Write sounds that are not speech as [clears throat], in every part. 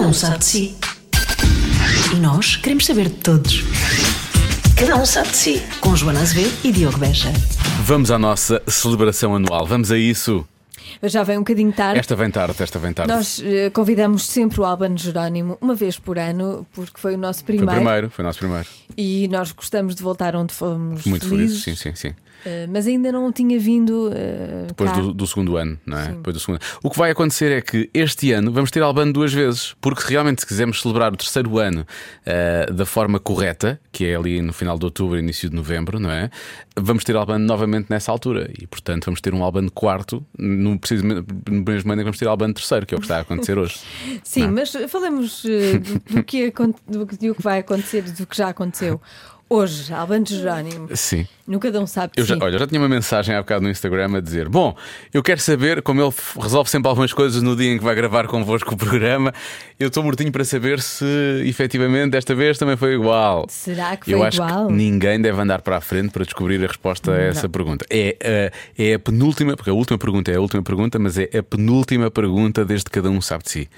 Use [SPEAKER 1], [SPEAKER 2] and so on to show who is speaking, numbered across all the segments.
[SPEAKER 1] um sabe de si. E nós queremos saber de todos. Cada um sabe de si. Com Joana Azevedo e Diogo Beja.
[SPEAKER 2] Vamos à nossa celebração anual. Vamos a isso.
[SPEAKER 3] Já vem um bocadinho tarde.
[SPEAKER 2] Esta vem tarde, esta vem tarde.
[SPEAKER 3] Nós eh, convidamos sempre o Albano Jerónimo uma vez por ano, porque foi o nosso
[SPEAKER 2] Foi o
[SPEAKER 3] primeiro.
[SPEAKER 2] primeiro, foi o nosso primeiro.
[SPEAKER 3] E nós gostamos de voltar onde fomos.
[SPEAKER 2] Muito
[SPEAKER 3] felizes,
[SPEAKER 2] felizes, sim, sim, sim.
[SPEAKER 3] eh, mas ainda não tinha vindo. eh,
[SPEAKER 2] Depois
[SPEAKER 3] cá.
[SPEAKER 2] do, do segundo ano, não é? Depois do segundo. O que vai acontecer é que este ano vamos ter Albano duas vezes, porque se realmente se quisermos celebrar o terceiro ano ah, da forma correta, que é ali no final de outubro, início de novembro, não é? Vamos ter Albano novamente nessa altura e, portanto, vamos ter um Albano quarto, no, precisamente, no mesmo ano em que vamos ter Albano terceiro, que é o que está a
[SPEAKER 3] [laughs]
[SPEAKER 2] acontecer hoje.
[SPEAKER 3] Sim,
[SPEAKER 2] é?
[SPEAKER 3] mas falemos eh, do, do que, acon- do, que- do que vai acontecer e do que já aconteceu. Hoje, Albano Jerónimo,
[SPEAKER 2] Sim.
[SPEAKER 3] no Cada Um Sabe de
[SPEAKER 2] Eu já,
[SPEAKER 3] Si.
[SPEAKER 2] olha, eu já tinha uma mensagem há bocado no Instagram a dizer: Bom, eu quero saber como ele f- resolve sempre algumas coisas no dia em que vai gravar convosco o programa. Eu estou mortinho para saber se efetivamente desta vez também foi igual.
[SPEAKER 3] Será que
[SPEAKER 2] eu
[SPEAKER 3] foi
[SPEAKER 2] acho
[SPEAKER 3] igual?
[SPEAKER 2] que ninguém deve andar para a frente para descobrir a resposta a essa pergunta. É, a- é a penúltima, porque a última pergunta é a última pergunta, mas é a penúltima pergunta desde que cada um sabe de si.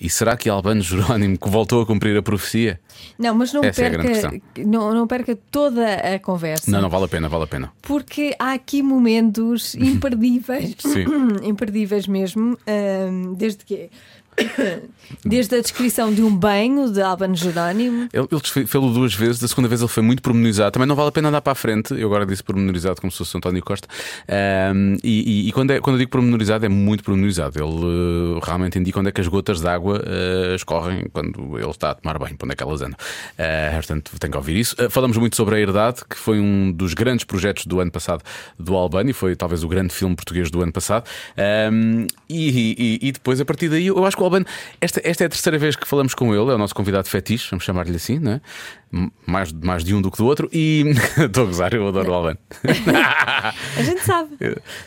[SPEAKER 2] E será que Albano Jerónimo que voltou a cumprir a profecia?
[SPEAKER 3] Não, mas não
[SPEAKER 2] Essa é a grande
[SPEAKER 3] perca, não, não perca toda a conversa.
[SPEAKER 2] Não, não vale a pena, vale a pena.
[SPEAKER 3] Porque há
[SPEAKER 2] [laughs]
[SPEAKER 3] aqui momentos imperdíveis,
[SPEAKER 2] Sim.
[SPEAKER 3] [clears throat] imperdíveis mesmo, hum, desde que [coughs] Desde a descrição de um banho de Albano Jerónimo.
[SPEAKER 2] Ele, ele desfe- fê-lo duas vezes, da segunda vez ele foi muito pormenorizado. Também não vale a pena andar para a frente. Eu agora disse pormenorizado como se fosse António Costa. Ahm, e e- e quando, é- quando eu digo pormenorizado, é muito pormenorizado. Ele eh, realmente indica onde é que as gotas de água eh, escorrem quando ele está a tomar banho, para onde é que elas andam. Ah, portanto, tem que ouvir isso. Ah, falamos muito sobre a herdade, que foi um dos grandes projetos do ano passado do Albani, foi talvez o grande filme português do ano passado. Ahm, e, e- e depois, a partir daí, eu acho que o Albano, esta, esta é a terceira vez que falamos com ele, é o nosso convidado fetiche, vamos chamar-lhe assim, não é? M- Mais, mais de um do que do outro. E [laughs] estou a gozar, eu adoro o Albano.
[SPEAKER 3] A gente sabe.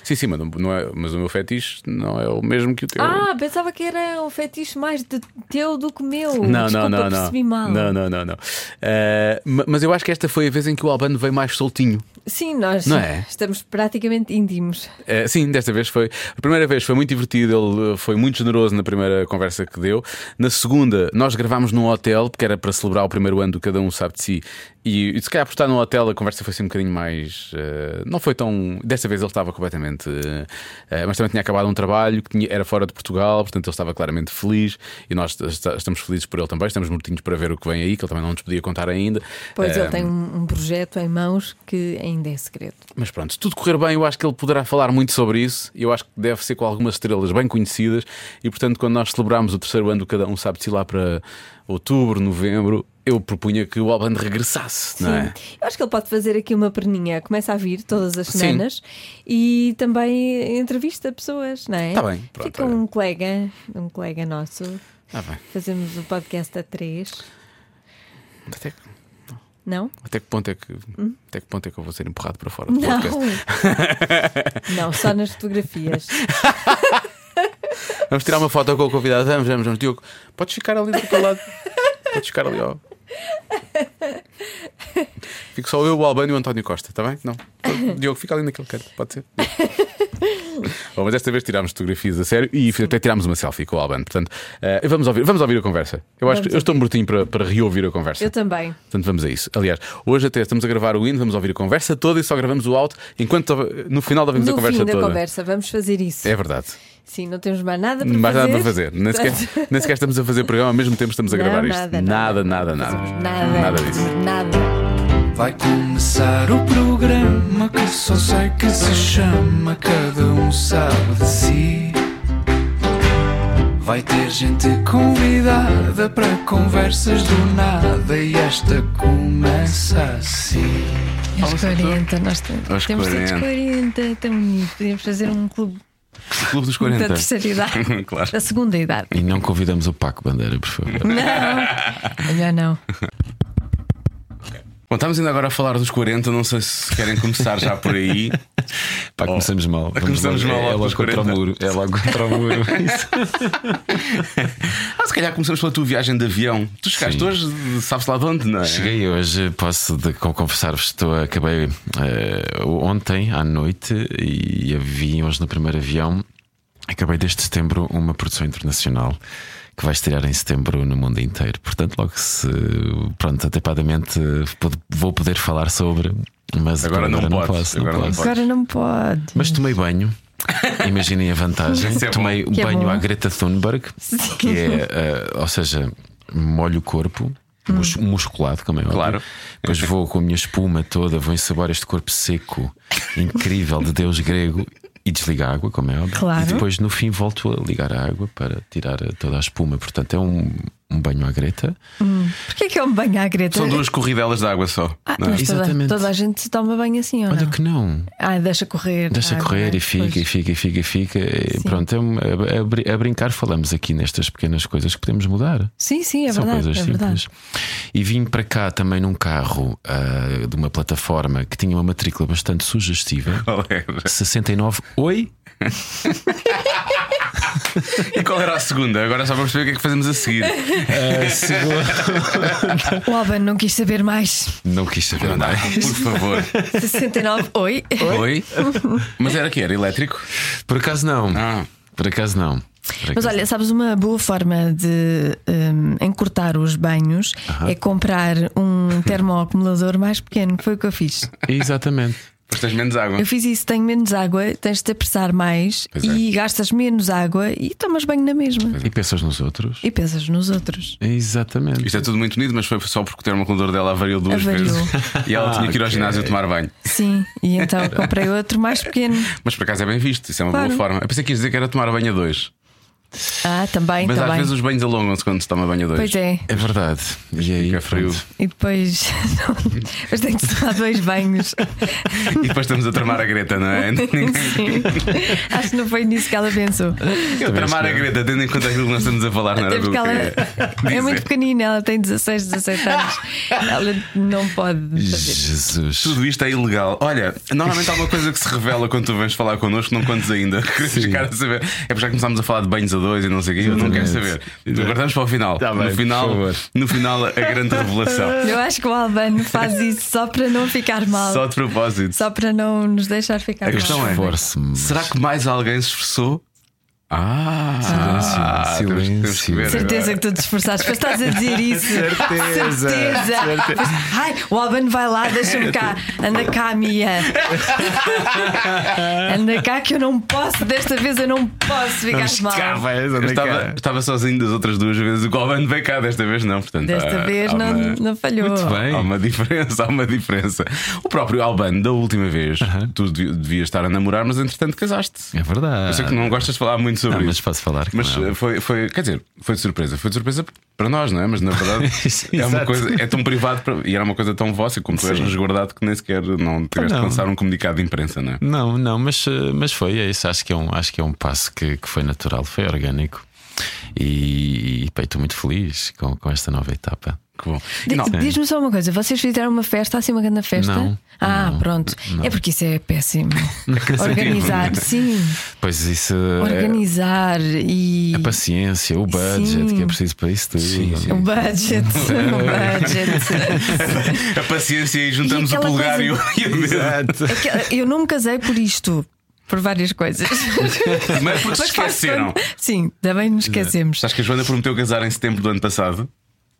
[SPEAKER 2] sim, sim, mas, não- não é, mas o meu fetiche não é o mesmo que o teu.
[SPEAKER 3] Ah, pensava que era um fetiche mais de teu do que meu.
[SPEAKER 2] Não,
[SPEAKER 3] Desculpa,
[SPEAKER 2] não, não, não.
[SPEAKER 3] percebi mal.
[SPEAKER 2] Não, não, não, não. Ah, ma- mas eu acho que esta foi a vez em que o Albano veio mais soltinho.
[SPEAKER 3] Sim, nós
[SPEAKER 2] Não é?
[SPEAKER 3] estamos praticamente íntimos.
[SPEAKER 2] Eh, sim, desta vez foi. A primeira vez foi muito divertido, ele eh, foi muito generoso na primeira conversa que deu. Na segunda, nós gravámos num hotel, porque era para celebrar o primeiro ano do Cada Um Sabe de Si. E, e se calhar por estar num hotel, a conversa foi assim um bocadinho mais. eh, não foi tão. Desta vez ele estava completamente. eh, eh, mas também tinha acabado um trabalho que tinha- era fora de Portugal, portanto ele estava claramente feliz e nós esta- estamos felizes por ele também, estamos mortinhos para ver o que vem aí, que ele também não nos podia contar ainda.
[SPEAKER 3] Pois
[SPEAKER 2] Eh,
[SPEAKER 3] ele tem um, um projeto em mãos que ainda é segredo.
[SPEAKER 2] mas pronto, se tudo correr bem, eu acho que ele poderá falar muito sobre isso. Eu acho que deve ser com algumas estrelas bem conhecidas. E portanto, quando nós celebramos o terceiro ano do Cada Um Sabe Se lá para outubro, novembro, eu propunha que o Albano regressasse, não é?
[SPEAKER 3] Eu acho que ele pode fazer aqui uma perninha. Começa a vir todas as
[SPEAKER 2] Sim.
[SPEAKER 3] semanas e também entrevista pessoas, não é?
[SPEAKER 2] Tá bem, pronto,
[SPEAKER 3] Fica
[SPEAKER 2] olha.
[SPEAKER 3] um colega, um colega nosso.
[SPEAKER 2] Ah, bem.
[SPEAKER 3] Fazemos o podcast a três,
[SPEAKER 2] Até, que-
[SPEAKER 3] não?
[SPEAKER 2] até que ponto é que, até que ponto é que eu vou ser empurrado para fora do
[SPEAKER 3] Não.
[SPEAKER 2] podcast? [laughs]
[SPEAKER 3] não, só nas fotografias.
[SPEAKER 2] Vamos tirar uma foto com o convidado. Vamos, vamos, vamos. Diogo, podes ficar ali do teu lado. Podes ficar ali, ó. Fico só eu, o Albano e o António Costa, está bem? Não. Diogo, fica ali naquele canto, pode ser? Bom, mas desta vez tirámos fotografias a sério e até tirámos uma selfie com o Albano. Portanto, eh, vamos, ouvir, vamos ouvir a conversa. Eu acho
[SPEAKER 3] Vamos
[SPEAKER 2] que eu estou mortinho para, para reouvir a conversa.
[SPEAKER 3] Eu também.
[SPEAKER 2] Portanto, vamos a isso. Aliás, hoje até estamos a gravar o in, vamos ouvir a conversa toda e só gravamos o out enquanto eh, no final ouvimos a
[SPEAKER 3] No
[SPEAKER 2] conversa
[SPEAKER 3] fim da
[SPEAKER 2] toda.
[SPEAKER 3] conversa, vamos fazer isso.
[SPEAKER 2] É verdade.
[SPEAKER 3] Sim, não temos mais nada para
[SPEAKER 2] Não mais
[SPEAKER 3] fazer.
[SPEAKER 2] nada para fazer. Nem sequer, nem sequer estamos a fazer programa, ao mesmo tempo estamos a
[SPEAKER 3] Não,
[SPEAKER 2] gravar isto. nada,
[SPEAKER 3] nada, nada.
[SPEAKER 2] nada, nada.
[SPEAKER 3] [laughs] Nada.
[SPEAKER 2] Nada disso.
[SPEAKER 3] Nada.
[SPEAKER 4] Vai começar o programa que só sei que se chama Cada um sabe de si. Vai ter gente convidada para conversas do nada e esta começa assim.
[SPEAKER 3] Aos 40, nós te-
[SPEAKER 2] Aos
[SPEAKER 3] temos todos
[SPEAKER 2] 40.
[SPEAKER 3] 40, é tão bonito. Podíamos fazer um clube
[SPEAKER 2] O Clube dos
[SPEAKER 3] da
[SPEAKER 2] 40.
[SPEAKER 3] terceira
[SPEAKER 2] [laughs]
[SPEAKER 3] idade,
[SPEAKER 2] Claro.
[SPEAKER 3] da segunda idade.
[SPEAKER 5] E não convidamos o Paco Bandeira, por favor.
[SPEAKER 2] [laughs]
[SPEAKER 3] Não, melhor não.
[SPEAKER 2] Bom, estamos ainda agora a falar dos 40, não sei se querem começar já por [laughs] aí.
[SPEAKER 5] Pá, começamos mal.
[SPEAKER 2] Oh, Começamos mal
[SPEAKER 5] É,
[SPEAKER 2] logo nos
[SPEAKER 5] logo contra o
[SPEAKER 2] 40.
[SPEAKER 5] muro. É logo contra o
[SPEAKER 2] [laughs]
[SPEAKER 5] muro. Isso.
[SPEAKER 2] Ah, se calhar começamos pela tua viagem de avião. Tu chegaste
[SPEAKER 5] Sim.
[SPEAKER 2] hoje, de- sabes lá de onde, não é?
[SPEAKER 5] Cheguei hoje, posso de- com- confessar-vos, estou acabei eh, ontem à noite e a vi hoje no primeiro avião. Acabei desde setembro uma produção internacional que vai estrear em setembro no mundo inteiro. Portanto, logo se. Pronto, atempadamente pod- vou poder falar sobre. Mas
[SPEAKER 2] Agora não podes,
[SPEAKER 5] posso.
[SPEAKER 2] agora não
[SPEAKER 5] posso.
[SPEAKER 2] podes.
[SPEAKER 3] Agora não pode.
[SPEAKER 5] Mas tomei banho. Imaginem a vantagem.
[SPEAKER 2] Isso é bom.
[SPEAKER 5] tomei
[SPEAKER 3] Que é
[SPEAKER 5] banho
[SPEAKER 3] bom.
[SPEAKER 5] à Greta Thunberg, que é, eh, ou seja, molho o corpo.
[SPEAKER 3] Hum.
[SPEAKER 5] mus- Musculado, como é óbvio.
[SPEAKER 2] Claro.
[SPEAKER 5] Depois vou com a minha espuma toda, vou ensaboar este corpo seco, incrível, de Deus grego, e desligo a água, como é óbvio.
[SPEAKER 3] Claro.
[SPEAKER 5] E depois, no fim, volto a ligar a água para tirar eh, toda a espuma. Portanto, é um, um banho à greta.
[SPEAKER 3] Porquê é que eu me banho à greta?
[SPEAKER 2] São duas corridelas de água só.
[SPEAKER 3] Ah,
[SPEAKER 2] não é?
[SPEAKER 3] mas toda,
[SPEAKER 5] Exatamente.
[SPEAKER 3] toda a gente se toma banho assim ou
[SPEAKER 5] Olha
[SPEAKER 3] não?
[SPEAKER 5] que não.
[SPEAKER 3] Ah, deixa correr.
[SPEAKER 5] Deixa
[SPEAKER 3] Ah,
[SPEAKER 5] correr e
[SPEAKER 3] pois.
[SPEAKER 5] fica, e fica, e fica, e fica. E
[SPEAKER 3] Sim.
[SPEAKER 5] pronto, é um- a, a brin- a brincar falamos aqui nestas pequenas coisas que podemos mudar.
[SPEAKER 3] Sim, sim, é
[SPEAKER 5] São
[SPEAKER 3] verdade.
[SPEAKER 5] coisas
[SPEAKER 3] É
[SPEAKER 5] simples.
[SPEAKER 3] verdade.
[SPEAKER 5] E vim para cá também num carro ah, de uma plataforma que tinha uma matrícula
[SPEAKER 2] [laughs]
[SPEAKER 5] bastante sugestiva.
[SPEAKER 2] [laughs] Qual é? era?
[SPEAKER 5] 69, oi?
[SPEAKER 2] E qual era a segunda? Agora só vamos ver o que é que fazemos a seguir.
[SPEAKER 5] Ah, segunda-
[SPEAKER 3] O Alban não quis saber
[SPEAKER 5] [laughs]
[SPEAKER 3] mais.
[SPEAKER 5] Não quis saber
[SPEAKER 2] Não dá,
[SPEAKER 5] mais.
[SPEAKER 2] por favor.
[SPEAKER 3] 69, oi.
[SPEAKER 2] Oi? Mas era que era? Elétrico?
[SPEAKER 5] Por acaso não.
[SPEAKER 2] Ah.
[SPEAKER 5] Por acaso não. Por
[SPEAKER 3] Mas
[SPEAKER 5] acaso
[SPEAKER 3] olha, sabes uma boa forma de hum, encurtar os banhos é comprar
[SPEAKER 5] [laughs]
[SPEAKER 3] um termoacumulador mais pequeno. Foi o que eu fiz.
[SPEAKER 5] não. Exatamente.
[SPEAKER 2] Mas tens menos água.
[SPEAKER 3] Eu fiz isso, tenho menos água, tens de te apressar mais
[SPEAKER 2] Pois é.
[SPEAKER 3] e gastas menos água e tomas banho na mesma.
[SPEAKER 5] E pensas nos outros?
[SPEAKER 3] E pensas nos outros.
[SPEAKER 5] Exatamente.
[SPEAKER 2] Isto é tudo muito unido, mas foi só porque o termocolador dela avariou duas
[SPEAKER 3] Avariou.
[SPEAKER 2] vezes e ela tinha que ir ao
[SPEAKER 5] Ah, ok.
[SPEAKER 2] ginásio tomar banho.
[SPEAKER 3] Sim, e
[SPEAKER 5] [laughs]
[SPEAKER 3] então comprei outro mais pequeno.
[SPEAKER 2] Mas por acaso é bem visto, isso é uma
[SPEAKER 3] Claro.
[SPEAKER 2] boa forma. Eu pensei que ias dizer que era tomar banho a dois.
[SPEAKER 3] Ah, também,
[SPEAKER 2] Mas às
[SPEAKER 3] também.
[SPEAKER 2] vezes os banhos alongam-se quando se toma banho a dois.
[SPEAKER 3] Pois é,
[SPEAKER 5] É verdade. E aí,
[SPEAKER 2] Fica frio.
[SPEAKER 5] pronto.
[SPEAKER 3] e depois. [laughs] Mas tem que tomar dois banhos.
[SPEAKER 2] E depois estamos a tramar a Greta, não
[SPEAKER 3] [laughs]
[SPEAKER 2] é?
[SPEAKER 3] Sim. Acho que não foi nisso que ela pensou.
[SPEAKER 2] Eu tramar a
[SPEAKER 5] acho que é.
[SPEAKER 2] Greta, tendo em conta aquilo que nós estamos a falar, não era
[SPEAKER 3] Até
[SPEAKER 2] do
[SPEAKER 3] porque
[SPEAKER 2] que eu
[SPEAKER 3] ela
[SPEAKER 2] queria
[SPEAKER 3] é muito
[SPEAKER 2] dizer.
[SPEAKER 3] pequenina, ela tem 16, 17 anos. Ela não pode fazer.
[SPEAKER 5] Jesus.
[SPEAKER 2] Tudo isto é ilegal. Olha, normalmente há uma coisa que se revela quando tu vens falar connosco, não contes ainda. [laughs] Queremos ficar a saber. É porque já começámos a falar de banhos a dois e não sei o quê. Eu não quero saber. Guardamos para o final.
[SPEAKER 5] Tá bem,
[SPEAKER 2] no, final
[SPEAKER 5] por favor.
[SPEAKER 2] no final, a grande revelação.
[SPEAKER 3] Eu acho que o Albano faz isso só para não ficar mal.
[SPEAKER 2] Só de propósito.
[SPEAKER 3] Só para não nos deixar ficar
[SPEAKER 2] A questão
[SPEAKER 3] mal.
[SPEAKER 2] é:
[SPEAKER 5] Esforço-me.
[SPEAKER 2] será que mais alguém se esforçou? Ah,
[SPEAKER 5] Silêncio,
[SPEAKER 2] temos- temos que
[SPEAKER 5] silêncio.
[SPEAKER 2] ver agora.
[SPEAKER 3] Certeza que tu te esforçaste, mas estás a dizer isso.
[SPEAKER 5] Certeza.
[SPEAKER 3] Certeza. Ai, o Albano vai lá, deixa-me cá. Anda
[SPEAKER 2] [laughs]
[SPEAKER 3] cá, Mia. Anda cá que eu não posso, desta vez eu não posso ficar
[SPEAKER 5] Ah,
[SPEAKER 3] mal.
[SPEAKER 2] Eu estava, estava sozinho das outras duas vezes. O Colbano veio cá, desta vez não. Portanto,
[SPEAKER 3] Desta
[SPEAKER 2] há-
[SPEAKER 3] vez
[SPEAKER 2] há
[SPEAKER 3] não,
[SPEAKER 2] uma-
[SPEAKER 3] não falhou.
[SPEAKER 5] Ah, Muito bem.
[SPEAKER 2] Há uma diferença, há uma diferença. O próprio Albano, da última vez, tu devi- devias estar a namorar, mas entretanto casaste.
[SPEAKER 5] É verdade.
[SPEAKER 2] Eu sei que não gostas de falar muito sobre
[SPEAKER 5] Ah, mas
[SPEAKER 2] isso.
[SPEAKER 5] posso falar.
[SPEAKER 2] Mas
[SPEAKER 5] claro.
[SPEAKER 2] eh, foi, foi, quer dizer, foi de surpresa. Foi de surpresa para nós, não é? Mas na verdade é, uma
[SPEAKER 5] Exato.
[SPEAKER 2] coisa, é tão privado para- e era uma coisa tão vossa, e como tu és
[SPEAKER 5] Sim.
[SPEAKER 2] resguardado, que nem sequer não tiveste de
[SPEAKER 5] Não.
[SPEAKER 2] lançar um comunicado de imprensa, não é?
[SPEAKER 5] Não, não, mas, eh, mas foi, é isso. Acho que é um, acho que é um passo que, que foi natural, foi orgânico. E, e pá, estou muito feliz com, com esta nova etapa.
[SPEAKER 2] Que bom. E
[SPEAKER 3] Di-
[SPEAKER 2] não,
[SPEAKER 3] Diz-me só uma coisa, vocês fizeram uma festa, assim uma grande festa?
[SPEAKER 5] Não,
[SPEAKER 3] ah,
[SPEAKER 5] não,
[SPEAKER 3] pronto.
[SPEAKER 5] não.
[SPEAKER 3] É porque isso é
[SPEAKER 5] [laughs]
[SPEAKER 3] péssimo. Organizar, sim.
[SPEAKER 5] Pois isso é
[SPEAKER 3] Organizar e.
[SPEAKER 5] a paciência, o budget
[SPEAKER 3] Sim.
[SPEAKER 5] que é preciso para isso tudo.
[SPEAKER 3] O
[SPEAKER 5] [laughs]
[SPEAKER 3] budget.
[SPEAKER 5] É.
[SPEAKER 3] o budget.
[SPEAKER 2] [laughs] a paciência e juntamos
[SPEAKER 3] E
[SPEAKER 2] o
[SPEAKER 3] aquela
[SPEAKER 2] polegar e o [laughs] e o dedo.
[SPEAKER 5] Exato.
[SPEAKER 3] É que Eu não me casei por isto. Por várias coisas.
[SPEAKER 2] Mas porque se
[SPEAKER 3] Mas é faz
[SPEAKER 2] esqueceram.
[SPEAKER 3] quando- Sim, também nos esquecemos.
[SPEAKER 2] Sabes que a Joana prometeu casar em setembro do ano passado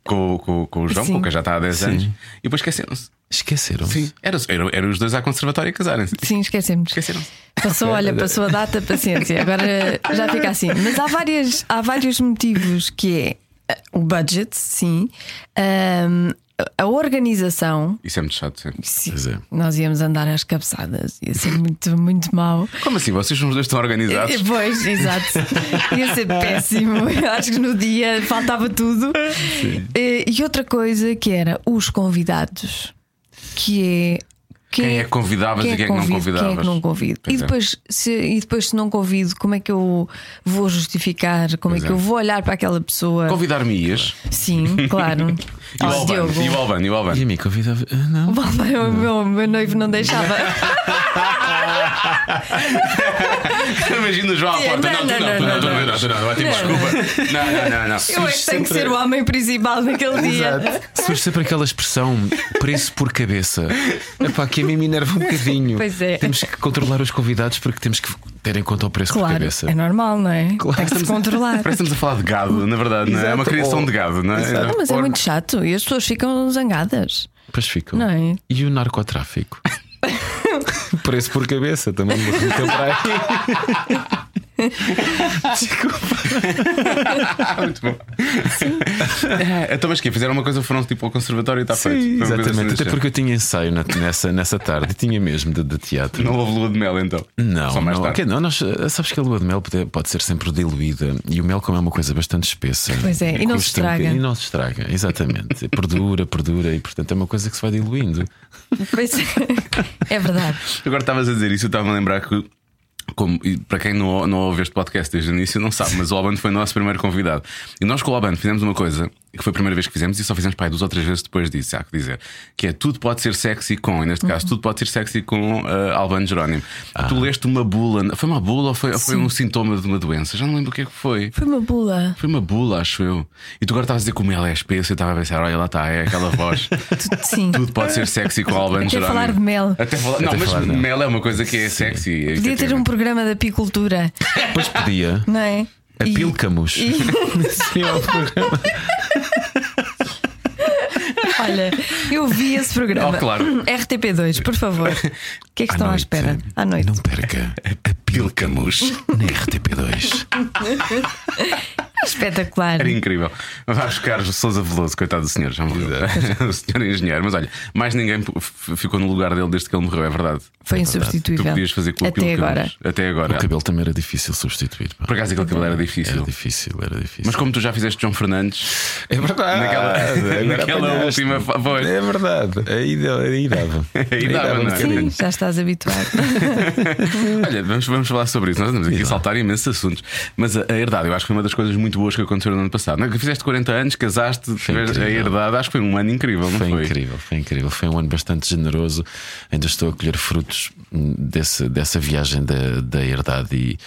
[SPEAKER 2] com, com, com o João,
[SPEAKER 3] Sim.
[SPEAKER 2] com quem já está há 10 anos, e depois esqueceram-se.
[SPEAKER 5] Esqueceram.
[SPEAKER 2] Sim. Eram era, era os dois à conservatória a casarem-se.
[SPEAKER 3] Sim, esquecemos.
[SPEAKER 2] Esqueceram-se.
[SPEAKER 3] Passou, olha, passou a data, paciência. Agora já fica assim. Mas há, várias, há vários motivos que é eh, o budget, sim, ahm, a- a organização.
[SPEAKER 2] Isso é muito chato sempre.
[SPEAKER 3] Sim,
[SPEAKER 5] Pois é.
[SPEAKER 3] Nós íamos andar às cabeçadas, ia ser muito, muito mau.
[SPEAKER 2] Como assim? Vocês são os dois tão organizados?
[SPEAKER 3] Eh, [laughs] Pois, exato. Ia ser péssimo. Eu Acho que no dia faltava tudo. Eh, E outra coisa que era os convidados, que é.
[SPEAKER 2] Quem é que convidavas e quem é que não
[SPEAKER 3] convido, Quem é
[SPEAKER 2] convidavas?
[SPEAKER 3] que não convido?
[SPEAKER 2] Pois
[SPEAKER 3] E
[SPEAKER 2] é.
[SPEAKER 3] depois, se, e depois, se não convido, como é que eu vou justificar? Como
[SPEAKER 2] Pois
[SPEAKER 3] é
[SPEAKER 2] é.
[SPEAKER 3] que eu vou olhar para aquela pessoa?
[SPEAKER 2] Convidar-me-ias. [laughs]
[SPEAKER 3] Sim, claro.
[SPEAKER 2] E o
[SPEAKER 3] Oh,
[SPEAKER 2] Albano,
[SPEAKER 3] Diogo.
[SPEAKER 2] e o Albano, e o Albano.
[SPEAKER 3] [laughs]
[SPEAKER 5] E a mim convidava. Ah, Não.
[SPEAKER 3] Bom, meu, meu, meu noivo não deixava.
[SPEAKER 2] [laughs] Imagina o João à porta. Não,
[SPEAKER 3] Não,
[SPEAKER 2] tu não,
[SPEAKER 3] não,
[SPEAKER 2] tu não,
[SPEAKER 3] não,
[SPEAKER 2] tu não,
[SPEAKER 3] não.
[SPEAKER 2] tu não, vai ter
[SPEAKER 3] Não.
[SPEAKER 2] desculpa. Não, não, não, não.
[SPEAKER 3] Eu é que tenho que ser o homem principal naquele dia.
[SPEAKER 2] Ah.
[SPEAKER 5] Surge sempre aquela expressão preço por cabeça. Epá, que a mim me enerva
[SPEAKER 3] [laughs]
[SPEAKER 5] um bocadinho.
[SPEAKER 3] Pois é.
[SPEAKER 5] Temos que controlar os convidados porque temos que ter em conta o preço por
[SPEAKER 3] Claro,
[SPEAKER 5] cabeça.
[SPEAKER 3] é normal, não é? Tem que se
[SPEAKER 2] Estamos a-
[SPEAKER 3] controlar.
[SPEAKER 2] Parece que estamos a falar de gado, na verdade, não é? É uma
[SPEAKER 5] Exato.
[SPEAKER 2] criação de gado, não é?
[SPEAKER 3] Não, mas é
[SPEAKER 2] Ou-
[SPEAKER 3] muito chato e as pessoas ficam zangadas.
[SPEAKER 5] Depois ficam.
[SPEAKER 3] Não é?
[SPEAKER 5] E
[SPEAKER 3] [laughs]
[SPEAKER 5] o narcotráfico? preço por cabeça também. me meteu para aí.
[SPEAKER 2] Ah, [laughs] muito bom. É, [laughs] Então, mas que Fizeram uma coisa, foram tipo ao conservatório e está feito. Foi uma coisa assim
[SPEAKER 5] Exatamente.
[SPEAKER 2] desse
[SPEAKER 5] Até
[SPEAKER 2] género.
[SPEAKER 5] porque eu tinha ensaio na- nessa, nessa tarde. Tinha mesmo de, de teatro.
[SPEAKER 2] Não houve lua de mel, então.
[SPEAKER 5] Não,
[SPEAKER 2] Só mais
[SPEAKER 5] não,
[SPEAKER 2] tarde.
[SPEAKER 5] ok, não, nós, eh, sabes que a lua de mel pode, pode ser sempre diluída e o mel, como é uma coisa bastante espessa,
[SPEAKER 3] Pois é, e não se
[SPEAKER 5] custa um
[SPEAKER 3] estraga.
[SPEAKER 5] bocadinho- E não se estraga,
[SPEAKER 3] [laughs]
[SPEAKER 5] exatamente. perdura, perdura, e portanto é uma coisa que se vai diluindo.
[SPEAKER 3] Pois é. [laughs] É verdade.
[SPEAKER 2] Agora estavas a dizer isso, eu estava a lembrar que. Como, e para quem não, não ouve este podcast desde o início, não sabe, mas o Albano foi o nosso primeiro convidado. E nós com o Albano fizemos uma coisa que foi a primeira vez que fizemos e só fizemos pai duas ou três vezes depois disso, há que dizer. Que é tudo pode ser sexy com, e neste caso, tudo pode ser sexy com ah, Albano Jerónimo.
[SPEAKER 3] Ah.
[SPEAKER 2] Tu leste uma bula, foi uma bula ou foi, ou foi um sintoma de uma doença? Já não lembro o que é que foi.
[SPEAKER 3] Foi uma bula.
[SPEAKER 2] Foi uma bula, acho eu. E tu agora estavas a dizer como ela é espessa, eu estava a pensar, olha lá está, é aquela
[SPEAKER 3] [laughs]
[SPEAKER 2] voz.
[SPEAKER 3] Sim.
[SPEAKER 2] Tudo pode ser sexy com o Albano
[SPEAKER 3] Até
[SPEAKER 2] Jerónimo.
[SPEAKER 3] falar de mel.
[SPEAKER 2] Até falar, não,
[SPEAKER 5] Até
[SPEAKER 2] mas
[SPEAKER 5] falar de mel.
[SPEAKER 2] mel é uma coisa que é sexy.
[SPEAKER 3] Podia ter um programa de apicultura,
[SPEAKER 5] Depois podia.
[SPEAKER 3] não é? [laughs]
[SPEAKER 5] A
[SPEAKER 3] E-
[SPEAKER 5] Pilcamos. [laughs] Sim, é o
[SPEAKER 3] [laughs]
[SPEAKER 5] programa.
[SPEAKER 3] Olha, eu vi esse programa.
[SPEAKER 2] Oh, claro.
[SPEAKER 3] RTP2, por favor. O que é que estão à
[SPEAKER 5] noite.
[SPEAKER 3] espera? À noite.
[SPEAKER 5] Não perca a Pilcamos na RTP2.
[SPEAKER 3] É Espetacular.
[SPEAKER 2] Era incrível. Vai buscar Sousa Veloso, coitado do senhor, já me olvidei. [laughs] O senhor é engenheiro, mas olha, mais ninguém f- ficou no lugar dele desde que ele morreu, é verdade.
[SPEAKER 3] Foi
[SPEAKER 2] Tu
[SPEAKER 3] insubstituível.
[SPEAKER 2] podias fazer com o
[SPEAKER 3] Até
[SPEAKER 2] Pilcamus.
[SPEAKER 3] agora.
[SPEAKER 2] Até
[SPEAKER 5] O
[SPEAKER 2] agora.
[SPEAKER 5] cabelo também era difícil substituir. pá.
[SPEAKER 2] Por acaso aquele cabelo era difícil.
[SPEAKER 5] Era difícil, era difícil.
[SPEAKER 2] Mas como tu já fizeste João Fernandes,
[SPEAKER 5] É verdade.
[SPEAKER 2] naquela,
[SPEAKER 5] Agora
[SPEAKER 2] [laughs] naquela
[SPEAKER 5] apanhaste.
[SPEAKER 2] última. fa- Pois.
[SPEAKER 5] É verdade. Aí, dava- aí dava.
[SPEAKER 2] [laughs] Aí dava, não é?
[SPEAKER 5] um
[SPEAKER 3] Sim,
[SPEAKER 5] bocadinho.
[SPEAKER 3] já estás habituado.
[SPEAKER 2] Olha, vamos, vamos falar sobre isso. Nós estamos aqui a saltar imensos assuntos. Mas a, a herdade, eu acho que foi uma das coisas muito boas que aconteceu no ano passado. Não é? Que fizeste 40 anos, casaste, tiveste a
[SPEAKER 5] incrível.
[SPEAKER 2] herdade, acho que foi um ano incrível, não
[SPEAKER 5] Foi,
[SPEAKER 2] foi?
[SPEAKER 5] incrível, foi incrível. Foi um ano bastante generoso. Ainda estou a colher frutos hum, desse, dessa viagem da, da herdade. E,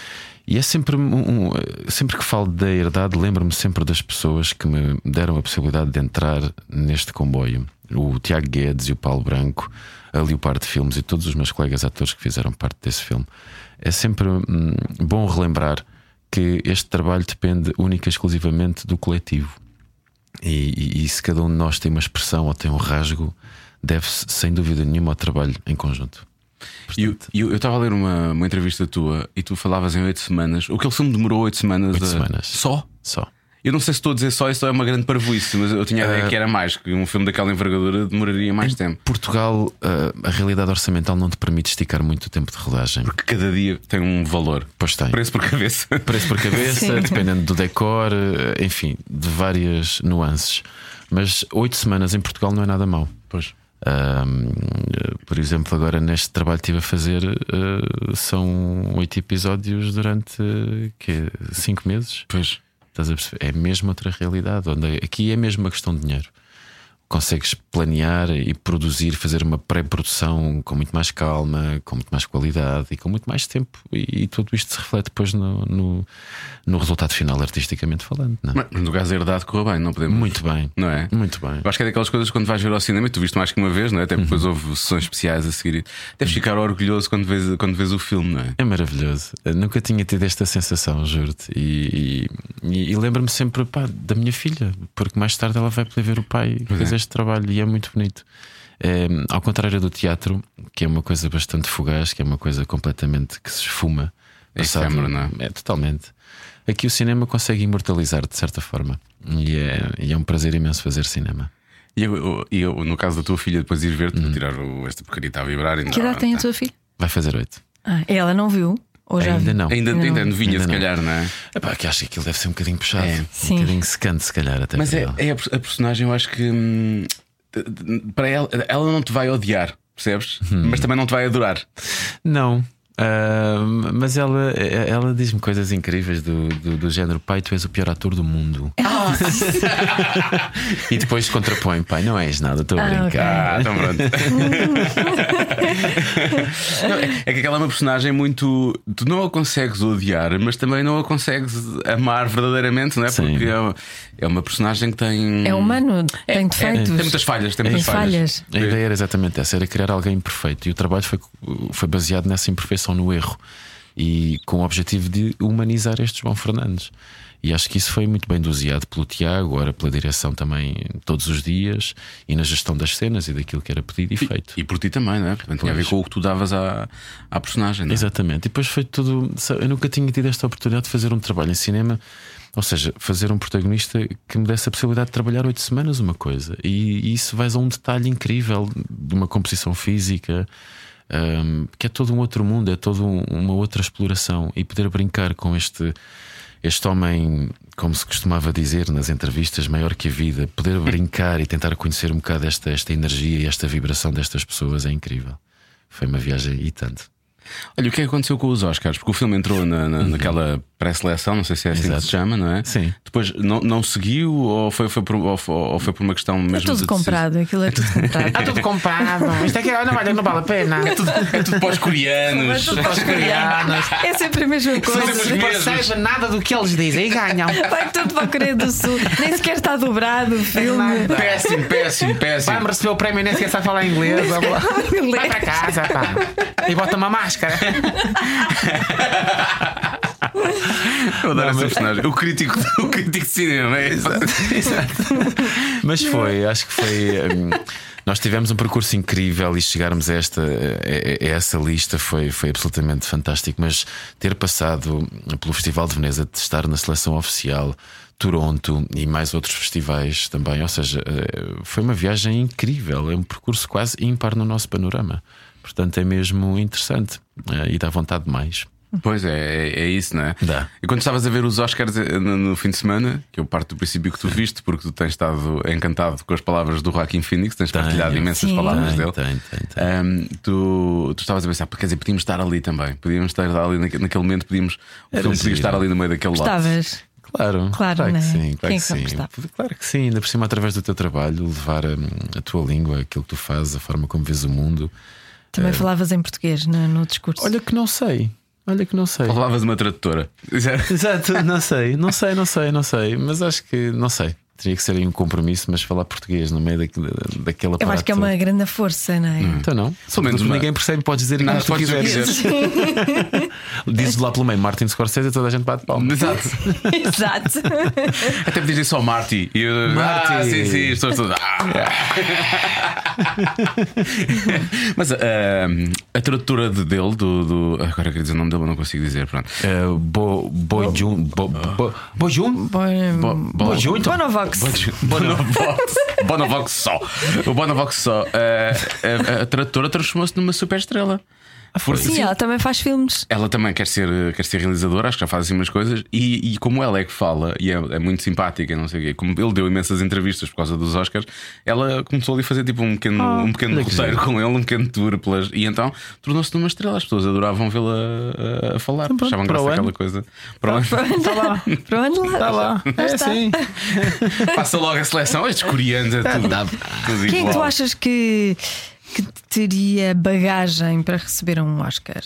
[SPEAKER 5] e é sempre, um- um- sempre que falo da herdade, lembro-me sempre das pessoas que me deram a possibilidade de entrar neste comboio. O Tiago Guedes e o Paulo Branco, a Leopardo Filmes e todos os meus colegas atores que fizeram parte desse filme. É sempre hum, bom relembrar que este trabalho depende única e exclusivamente do coletivo. E, e- e se cada um de nós tem uma expressão ou tem um rasgo, deve-se sem dúvida nenhuma ao trabalho em conjunto.
[SPEAKER 2] E eu- e eu estava a ler uma, uma entrevista tua e tu falavas em 8 semanas. O que ele filme demorou 8 semanas.
[SPEAKER 5] Oito
[SPEAKER 2] a-
[SPEAKER 5] semanas.
[SPEAKER 2] Só?
[SPEAKER 5] Só.
[SPEAKER 2] Eu não sei se estou a dizer só, isso é uma grande parvoíce, mas eu tinha a
[SPEAKER 5] Eh,
[SPEAKER 2] ideia que era mais, que um filme daquela envergadura demoraria mais tempo.
[SPEAKER 5] Portugal, ah, a realidade orçamental não te permite esticar muito o tempo de rodagem.
[SPEAKER 2] Porque cada dia tem um valor.
[SPEAKER 5] Pois tem.
[SPEAKER 2] Preço por cabeça.
[SPEAKER 5] preço por cabeça,
[SPEAKER 3] Sim.
[SPEAKER 5] dependendo do decor, eh, enfim, de várias nuances. Mas oito semanas em Portugal não é nada mau. Pois. por exemplo, agora neste trabalho que estive a fazer eh, são oito episódios durante eh, quê? cinco meses. Pois. Estás a perceber? É mesmo outra realidade. Onde aqui é mesmo uma questão de dinheiro. Consegues planear e produzir, fazer uma pré-produção com muito mais calma, com muito mais qualidade e com muito mais tempo. E, e tudo isto se reflete depois no, no, no resultado final, artisticamente falando. não é?
[SPEAKER 2] Mas no caso, a herdade correu bem, não podemos.
[SPEAKER 5] Muito bem.
[SPEAKER 2] Não é?
[SPEAKER 5] Muito bem.
[SPEAKER 2] Eu acho que é daquelas coisas que quando vais ver ao cinema, e tu viste mais que uma vez, não é? Até porque depois houve sessões especiais a seguir. Deves ficar orgulhoso quando vês, quando vês o filme, não é?
[SPEAKER 5] É maravilhoso. Eu nunca tinha tido esta sensação, juro-te. E, e, e lembro-me sempre pá, da minha filha, porque mais tarde ela vai poder ver o pai que
[SPEAKER 2] Uhum.
[SPEAKER 5] fez este trabalho e é muito bonito. É, ao contrário do teatro, que é uma coisa bastante fugaz, que é uma coisa completamente que se esfuma.
[SPEAKER 2] É
[SPEAKER 5] passado-
[SPEAKER 2] efêmero, não é?
[SPEAKER 5] é? totalmente. Aqui o cinema consegue imortalizar de certa forma. E é, e é um prazer imenso fazer cinema.
[SPEAKER 2] E eu, eu- e eu, no caso da tua filha, depois ir ver-te, tirar o, esta porcaria está a vibrar. Ainda,
[SPEAKER 3] Que idade tem a tua filha?
[SPEAKER 5] Vai fazer oito.
[SPEAKER 3] Ah, ela não viu? Ou já
[SPEAKER 5] Ainda
[SPEAKER 3] viu?
[SPEAKER 5] não.
[SPEAKER 2] Ainda,
[SPEAKER 3] Não.
[SPEAKER 2] ainda é novinha,
[SPEAKER 5] Ainda
[SPEAKER 2] se
[SPEAKER 5] não.
[SPEAKER 2] calhar, não é?
[SPEAKER 5] Epá, que acho que aquilo deve ser um bocadinho puxado.
[SPEAKER 2] É.
[SPEAKER 5] Um
[SPEAKER 3] Sim.
[SPEAKER 5] bocadinho secante, se calhar, até
[SPEAKER 2] Mas
[SPEAKER 5] para
[SPEAKER 2] é,
[SPEAKER 5] ela.
[SPEAKER 2] é a, per- a personagem, eu acho que hum, t- Uhum. t- para ela, ela não te vai odiar, percebes? Mas também não te vai adorar.
[SPEAKER 5] Não. Ahm, mas ela, ela diz-me coisas incríveis do, do, do género: pai, tu és o pior ator do mundo. [laughs] e depois contrapõe: pai, não és nada, estou a
[SPEAKER 3] Ah,
[SPEAKER 5] brincar.
[SPEAKER 2] Ah, então
[SPEAKER 5] [laughs]
[SPEAKER 2] pronto. Não, é, é que aquela é uma personagem muito. Tu não a consegues odiar, mas também não a consegues amar verdadeiramente, não é?
[SPEAKER 5] Sim.
[SPEAKER 2] Porque é, é uma personagem que tem.
[SPEAKER 3] É humano, tem
[SPEAKER 2] É,
[SPEAKER 3] defeitos.
[SPEAKER 2] tem muitas falhas, tem
[SPEAKER 5] Tem
[SPEAKER 2] muitas falhas.
[SPEAKER 3] falhas.
[SPEAKER 5] A ideia é era exatamente essa: era criar alguém imperfeito. E o trabalho foi, foi baseado nessa imperfeição, no erro. E com o objetivo de humanizar este João Fernandes. E acho que isso foi muito bem doseado pelo Tiago, ora pela direção também, todos os dias, e na gestão das cenas e daquilo que era pedido e feito.
[SPEAKER 2] E por ti também, não é? Portanto, tinha a ver com o que tu davas à, à personagem, não é?
[SPEAKER 5] Exatamente. E depois foi tudo. sabe, Eu nunca tinha tido esta oportunidade de fazer um trabalho em cinema, ou seja, fazer um protagonista que me desse a possibilidade de trabalhar oito semanas uma coisa. E, e isso vais a um detalhe incrível de uma composição física. hum, que é todo um outro mundo, é toda uma outra exploração e poder brincar com este este homem, como se costumava dizer nas entrevistas, maior que a vida, poder brincar e tentar conhecer um bocado esta, esta energia e esta vibração destas pessoas é incrível. Foi uma viagem e tanto.
[SPEAKER 2] Olha, o que é que aconteceu com os Oscars? Porque o filme entrou na, na- naquela pré-seleção, não sei se é assim que
[SPEAKER 5] Uhum. Exato.
[SPEAKER 2] se chama, não é?
[SPEAKER 5] Sim.
[SPEAKER 2] Depois não, não seguiu ou foi, foi por, ou, foi- ou foi por uma questão mesmo.
[SPEAKER 3] É
[SPEAKER 2] de
[SPEAKER 3] tudo comprado, aquilo é tudo comprado.
[SPEAKER 5] É tudo comprado. [laughs] Isto é que não vale, não vale a pena. É tudo
[SPEAKER 2] É tudo para os coreanos.
[SPEAKER 3] É sempre a mesma coisa.
[SPEAKER 2] seja
[SPEAKER 5] nada do que eles dizem e ganham.
[SPEAKER 3] Vai tudo para a Coreia do Sul, nem sequer está dobrado o filme.
[SPEAKER 2] Péssimo, péssimo, péssimo.
[SPEAKER 5] receber o prémio e nem sequer sabe falar inglês.
[SPEAKER 3] Vai para
[SPEAKER 5] casa, pá. E bota uma máscara.
[SPEAKER 2] Eu adoro essa personagem. O crítico, o crítico de cinema, é isso.
[SPEAKER 5] Mas foi, acho que foi. hum, Nós tivemos um percurso incrível e chegarmos a, esta, a- a- a essa lista foi, foi absolutamente fantástico. Mas ter passado pelo Festival de Veneza, de estar na seleção oficial, Toronto e mais outros festivais também, ou seja, eh, foi uma viagem incrível. É um percurso quase ímpar no nosso panorama. Portanto, é mesmo interessante eh, e dá vontade de mais.
[SPEAKER 2] Pois é, é, é isso, não é?
[SPEAKER 5] Dá.
[SPEAKER 2] E quando estavas a ver os Oscars eh, no, no fim de semana, que eu parto do princípio que tu viste, porque tu tens estado encantado com as palavras do Joaquim Phoenix, tens partilhado imensas
[SPEAKER 3] Sim.
[SPEAKER 2] palavras
[SPEAKER 5] é. Tem,
[SPEAKER 2] dele.
[SPEAKER 5] tem, tem, tem.
[SPEAKER 2] Ahm, tu, tu estavas a pensar, quer dizer, podíamos estar ali também, podíamos estar ali naque- naquele momento, podíamos, o filme podia
[SPEAKER 5] giro.
[SPEAKER 2] estar ali no meio daquele lado.
[SPEAKER 3] Estavas.
[SPEAKER 5] Claro,
[SPEAKER 3] Claro,
[SPEAKER 5] que
[SPEAKER 3] não é?
[SPEAKER 5] sim,
[SPEAKER 3] Quem
[SPEAKER 5] claro que
[SPEAKER 3] é que não
[SPEAKER 5] sim.
[SPEAKER 3] gostava?
[SPEAKER 5] Claro que sim, ainda por cima através do teu trabalho, levar hum, a tua língua, aquilo que tu fazes, a forma como vês o mundo.
[SPEAKER 3] Também falavas em português no, no discurso.
[SPEAKER 5] Olha que não sei, olha que não sei.
[SPEAKER 2] Falavas de uma tradutora.
[SPEAKER 5] [laughs] Exato, não sei, não sei, não sei, não sei, mas acho que não sei. Teria que ser aí um compromisso, mas falar português no meio daquele, daquela
[SPEAKER 3] Eu acho que é uma grande força, não é?
[SPEAKER 5] Então não, pelo menos
[SPEAKER 2] uma-
[SPEAKER 5] ninguém percebe, podes dizer aquilo
[SPEAKER 2] Nada
[SPEAKER 5] que tu
[SPEAKER 2] podes dizer.
[SPEAKER 5] quiseres. Dizes lá pelo meio Martin Scorsese, toda a gente bate palma.
[SPEAKER 2] Exato.
[SPEAKER 3] [laughs] Exato.
[SPEAKER 2] Até podia dizer só Marty. E eu,
[SPEAKER 5] Marty.
[SPEAKER 2] Ah, sim, sim, estou estou- Ah. Mas ahm, a tradutora de- dele, do, do- Agora queria dizer o nome dele, mas não consigo dizer. Pronto.
[SPEAKER 5] Eh, Bo Bo Jun Bo
[SPEAKER 2] Ah.
[SPEAKER 5] Bo Bo Jun
[SPEAKER 2] Bo- Bo-
[SPEAKER 5] Bo Jun então.
[SPEAKER 3] Bonovox.
[SPEAKER 2] Bonovox. Bonovox só. O Bonovox só. Ah, a, a tradutora transformou-se numa super estrela.
[SPEAKER 3] Sim, ela também faz filmes.
[SPEAKER 2] Ela também quer ser, eh, quer ser realizadora, acho que já faz assim umas coisas, e, e como ela é que fala, e é, é muito simpática, não sei o quê, como ele deu imensas entrevistas por causa dos Oscars, ela começou ali a fazer tipo um pequeno,
[SPEAKER 3] Ah,
[SPEAKER 2] um pequeno
[SPEAKER 5] olha que
[SPEAKER 2] roteiro
[SPEAKER 5] giro.
[SPEAKER 2] com ele, um pequeno tour pelas. E então tornou-se numa estrela, as pessoas adoravam vê-la eh, a, a falar,
[SPEAKER 5] Então pronto,
[SPEAKER 2] achavam
[SPEAKER 5] para o
[SPEAKER 2] graça
[SPEAKER 5] ano.
[SPEAKER 2] aquela coisa.
[SPEAKER 3] Ah,
[SPEAKER 2] Pronto,
[SPEAKER 3] Está lá. Pronto, lá.
[SPEAKER 5] Está lá,
[SPEAKER 3] Lá
[SPEAKER 5] é
[SPEAKER 3] está.
[SPEAKER 5] sim.
[SPEAKER 2] [laughs] passa logo a seleção, estes coreanos é tudo. tudo
[SPEAKER 3] Quem é que tu
[SPEAKER 2] igual. [laughs]
[SPEAKER 3] achas que, que teria bagagem para receber um Oscar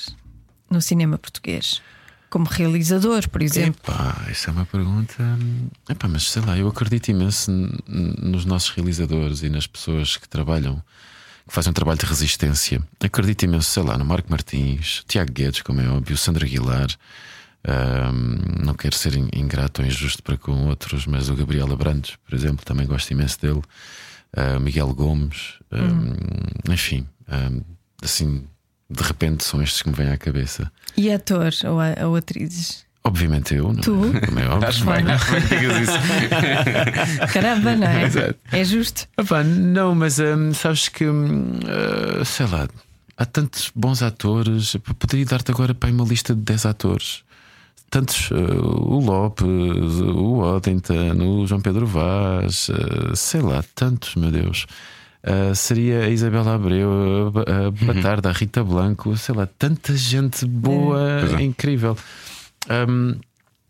[SPEAKER 3] no cinema português? Como realizador, por exemplo.
[SPEAKER 5] Epá, isso é uma pergunta. hum, Epá, mas sei lá, eu acredito imenso n- n- nos nossos realizadores e nas pessoas que trabalham, que fazem um trabalho de resistência. Acredito imenso, sei lá, no Marco Martins, Tiago Guedes, como é óbvio, Sandra Aguilar. hum, não quero ser in- ingrato ou injusto para com outros, mas o Gabriel Abrantes, por exemplo, também gosto imenso dele. Ah, Miguel Gomes, hum, enfim, hum, assim, de repente são estes que me vêm à cabeça.
[SPEAKER 3] E ator ou, a- ou atrizes?
[SPEAKER 5] Obviamente eu, não
[SPEAKER 3] Tu?
[SPEAKER 5] é? Como é óbvio.
[SPEAKER 2] Acho bem, acho bem que digas isso.
[SPEAKER 3] Caramba, não é? é justo.
[SPEAKER 5] Epá, não, mas hum, sabes que hum, ah, sei lá, há tantos bons atores. Epá, Poderia dar-te agora para uma lista de 10 atores. Tantos, ah, o Lopes, eh, o Oddington, o João Pedro Vaz, ah, sei lá, tantos, meu Deus. ah, seria a Isabela Abreu,
[SPEAKER 2] Uhum.
[SPEAKER 5] a, a Batarda, a Rita Blanco, sei lá, tanta gente boa,
[SPEAKER 2] Pois é.
[SPEAKER 5] incrível. Hum, Ahm,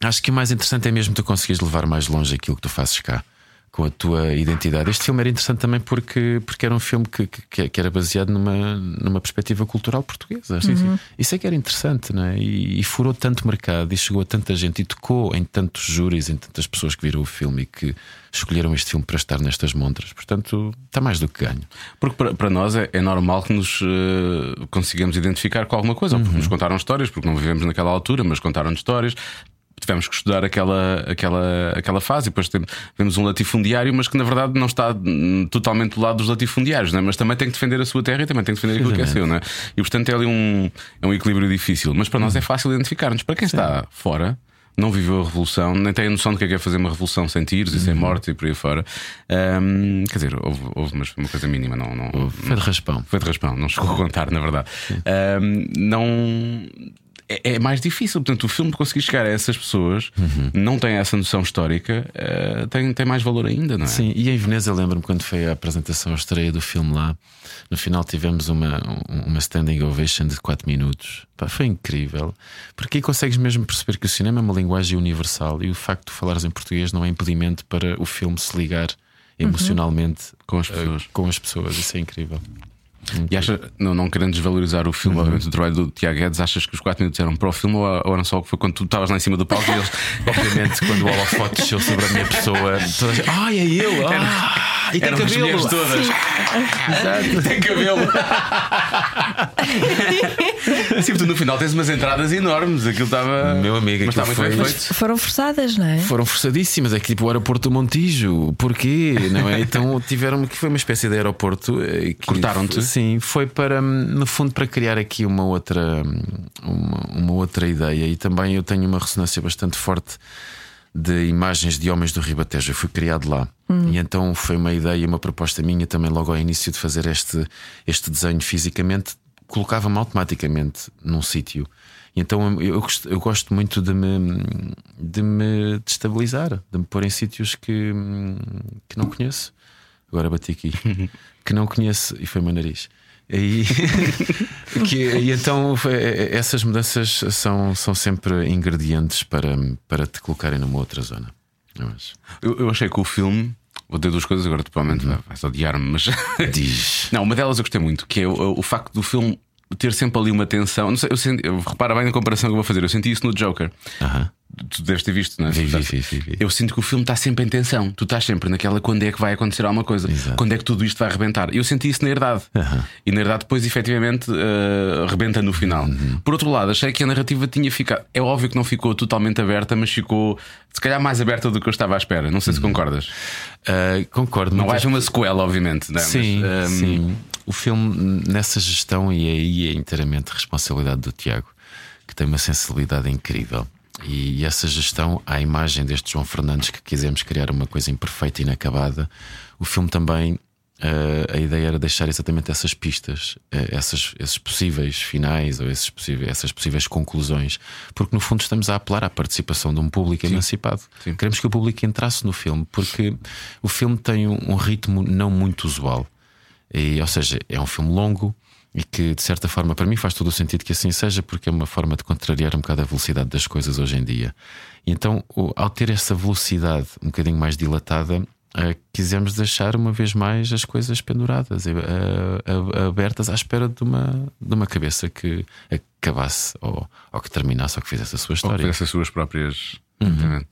[SPEAKER 5] acho que o mais interessante é mesmo tu conseguires levar mais longe aquilo que tu fazes cá. Com a tua identidade. Este filme era interessante também porque, porque era um filme que, que, que era baseado numa, numa perspectiva cultural portuguesa. Isso é que era interessante, não é? E, e furou tanto mercado e chegou a tanta gente e tocou em tantos júris, em tantas pessoas que viram o filme e que escolheram este filme para estar nestas montras. Portanto, está mais do que ganho.
[SPEAKER 2] Porque para, para nós é, é normal que nos eh, consigamos identificar com alguma coisa, ou porque nos contaram histórias, porque não vivemos naquela altura, mas contaram-nos histórias. Tivemos que estudar aquela, aquela, aquela fase e depois tem- vemos um latifundiário, mas que na verdade não está hum, totalmente do lado dos latifundiários, não é? mas também tem que defender a sua terra e também tem que defender aquilo que é seu. Não é? E portanto é ali um, é um equilíbrio difícil, mas para nós é fácil identificar-nos. Para quem está fora, não viveu a revolução, nem tem a noção do que é, que é fazer uma revolução sem tiros e
[SPEAKER 5] Uhum.
[SPEAKER 2] sem morte e por aí fora. Ahm, quer dizer, houve, houve uma, uma coisa mínima, não, não,
[SPEAKER 5] Foi de raspão.
[SPEAKER 2] foi de raspão, não chegou a contar, na verdade. Ahm, não. É é mais difícil, portanto, o filme de conseguir chegar a essas pessoas,
[SPEAKER 5] Uhum.
[SPEAKER 2] não tem essa noção histórica, ah, tem, tem mais valor ainda, não é?
[SPEAKER 5] Sim, e em Veneza lembro-me quando foi a apresentação, a estreia do filme lá. No final tivemos uma, um- uma standing ovation de 4 minutos. Pá, foi incrível. Porque aí consegues mesmo perceber que o cinema é uma linguagem universal e o facto de falares em português não é impedimento para o filme se ligar Uhum. emocionalmente
[SPEAKER 2] Com as
[SPEAKER 5] eh,
[SPEAKER 2] pessoas.
[SPEAKER 5] com as pessoas. Isso é incrível.
[SPEAKER 2] E acha, não, não querendo desvalorizar o
[SPEAKER 5] Uhum.
[SPEAKER 2] filme, obviamente, o trabalho do Tiago Guedes, achas que os 4 minutos eram para o filme ou, ou eram só o que foi quando tu estavas lá em cima do palco e
[SPEAKER 5] [laughs]
[SPEAKER 2] eles.
[SPEAKER 5] Obviamente, quando o holofote desceu sobre a minha pessoa, toda a gente, ai, é eu! Ah, e tem
[SPEAKER 2] Eram as
[SPEAKER 5] cabelo!
[SPEAKER 2] mulheres todas. Tem cabelo. [laughs] Sim, tu no final tens umas entradas enormes. Aquilo estava.
[SPEAKER 5] Meu amigo,
[SPEAKER 2] mas está muito
[SPEAKER 5] aquilo
[SPEAKER 2] bem
[SPEAKER 5] foi-
[SPEAKER 2] feito.
[SPEAKER 3] Foram forçadas, não é?
[SPEAKER 5] Foram forçadíssimas, é que tipo o aeroporto do Montijo, porquê? Não é? Então tiveram que foi uma espécie de aeroporto eh, que-
[SPEAKER 2] Cortaram-te?
[SPEAKER 5] Sim, foi para hum, no fundo para criar aqui uma outra hum, uma, uma outra ideia e também eu tenho uma ressonância bastante forte de imagens de homens do Ribatejo. Eu fui criado lá. E então foi uma ideia, uma proposta minha também logo ao início de fazer este, este desenho fisicamente, colocava-me automaticamente num sítio. E então eu, eu gosto- eu gosto muito de me, de me destabilizar, de me pôr em sítios que, hum, que não conheço. Agora
[SPEAKER 2] [laughs]
[SPEAKER 5] bati aqui. que não conheço. E foi o meu nariz. E, [laughs] que, e então foi- essas mudanças são, são sempre ingredientes para, para te colocarem numa outra zona. é? Eu acho.
[SPEAKER 2] Eu, eu achei que o filme. Vou ter duas coisas agora, tu provavelmente vai- vais odiar-me, mas.
[SPEAKER 5] Diz.
[SPEAKER 2] Não, uma delas eu gostei muito, que é o, o facto do filme ter sempre ali uma tensão. Não sei, eu senti, eu- repara bem na comparação que eu vou fazer, eu senti isso no Joker.
[SPEAKER 5] Aham.
[SPEAKER 2] Tu deves ter visto, não é?
[SPEAKER 5] Vi, vi, vi, vi, vi.
[SPEAKER 2] Eu sinto que o filme está sempre em tensão. Tu estás sempre naquela quando é que vai acontecer alguma coisa,
[SPEAKER 5] Exato.
[SPEAKER 2] quando é que tudo isto vai arrebentar. Eu senti isso na herdade. E na herdade, depois, efetivamente, eh, arrebenta no final.
[SPEAKER 5] Uhum.
[SPEAKER 2] Por outro lado, achei que a narrativa tinha ficado. É óbvio que não ficou totalmente aberta, mas ficou se calhar mais aberta do que eu estava à espera. Não sei
[SPEAKER 5] Uhum.
[SPEAKER 2] se concordas.
[SPEAKER 5] Ah, concordo.
[SPEAKER 2] Não vai
[SPEAKER 5] muitas-
[SPEAKER 2] haver uma sequela, obviamente. não é?
[SPEAKER 5] Sim,
[SPEAKER 2] Mas, hum,
[SPEAKER 5] sim. O filme, nessa gestão, e aí é inteiramente responsabilidade do Tiago, que tem uma sensibilidade incrível. E, e essa gestão, à imagem deste João Fernandes, que quisemos criar uma coisa imperfeita e inacabada, o filme também. eh, a ideia era deixar exatamente essas pistas, eh, essas, esses possíveis finais ou esses possíveis, essas possíveis conclusões, porque no fundo estamos a apelar à participação de um público emancipado. Queremos que o público entrasse no filme, porque o filme tem um- um ritmo não muito usual. E, ou seja, é um filme longo e que, de certa forma, para mim faz todo o sentido que assim seja, porque é uma forma de contrariar um bocado a velocidade das coisas hoje em dia. E então, o- ao ter essa velocidade um bocadinho mais dilatada, eh, quisemos deixar uma vez mais as coisas penduradas, eh, eh, eh, abertas à espera de uma, de uma cabeça que acabasse ou, ou que terminasse ou que fizesse a sua
[SPEAKER 2] Ou que
[SPEAKER 5] história.
[SPEAKER 2] tivesse as suas próprias.
[SPEAKER 5] Uhum.
[SPEAKER 2] Exatamente.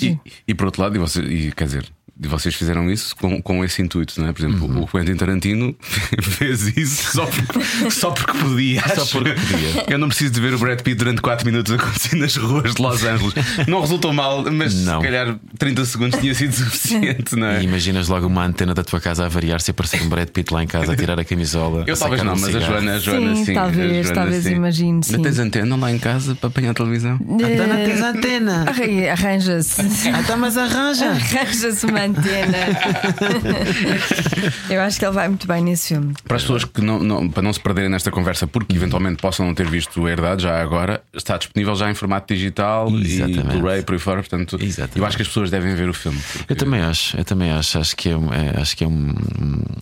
[SPEAKER 2] E, e por outro lado, e você- e, quer dizer, e vocês fizeram isso com, com esse intuito, não é? Por exemplo,
[SPEAKER 5] Uhum.
[SPEAKER 2] o Quentin Tarantino [laughs] fez isso só
[SPEAKER 5] [laughs]
[SPEAKER 2] porque, só porque podia.
[SPEAKER 5] Só
[SPEAKER 2] acho.
[SPEAKER 5] porque podia.
[SPEAKER 2] Eu não preciso de ver o Brad Pitt durante 4 minutos a acontecer nas ruas de Los Angeles. Não resultou mal, mas
[SPEAKER 5] Não.
[SPEAKER 2] se calhar 30 segundos tinha sido suficiente, não é?
[SPEAKER 5] E imaginas logo uma antena da tua casa a variar se aparecer um Brad Pitt lá em casa a tirar a camisola.
[SPEAKER 2] Eu
[SPEAKER 5] a
[SPEAKER 2] talvez
[SPEAKER 5] sacar
[SPEAKER 2] não,
[SPEAKER 5] um
[SPEAKER 2] mas a
[SPEAKER 5] cigarro.
[SPEAKER 2] Joana, a Joana sim.
[SPEAKER 3] Sim,
[SPEAKER 2] a
[SPEAKER 3] talvez,
[SPEAKER 2] Joana,
[SPEAKER 3] talvez,
[SPEAKER 2] sim.
[SPEAKER 3] imagino, sim.
[SPEAKER 2] Não tens antena lá em casa para apanhar a televisão?
[SPEAKER 3] Antena, tens antena. Arranja-se.
[SPEAKER 5] Ah, tá, mas arranja!
[SPEAKER 3] Arranja-se uma antena. Eu acho que ele vai muito bem nesse filme.
[SPEAKER 2] Para as pessoas que não, não- para não se perderem nesta conversa, porque
[SPEAKER 5] Uhum.
[SPEAKER 2] eventualmente possam não ter visto o Herdade já agora, está disponível já em formato digital e
[SPEAKER 5] Exatamente.
[SPEAKER 2] Blu-ray por aí fora, portanto,
[SPEAKER 5] Exatamente.
[SPEAKER 2] eu acho que as pessoas devem ver o filme. porque-
[SPEAKER 5] Eu também acho, eu também acho, acho que é, um- é- acho que é um,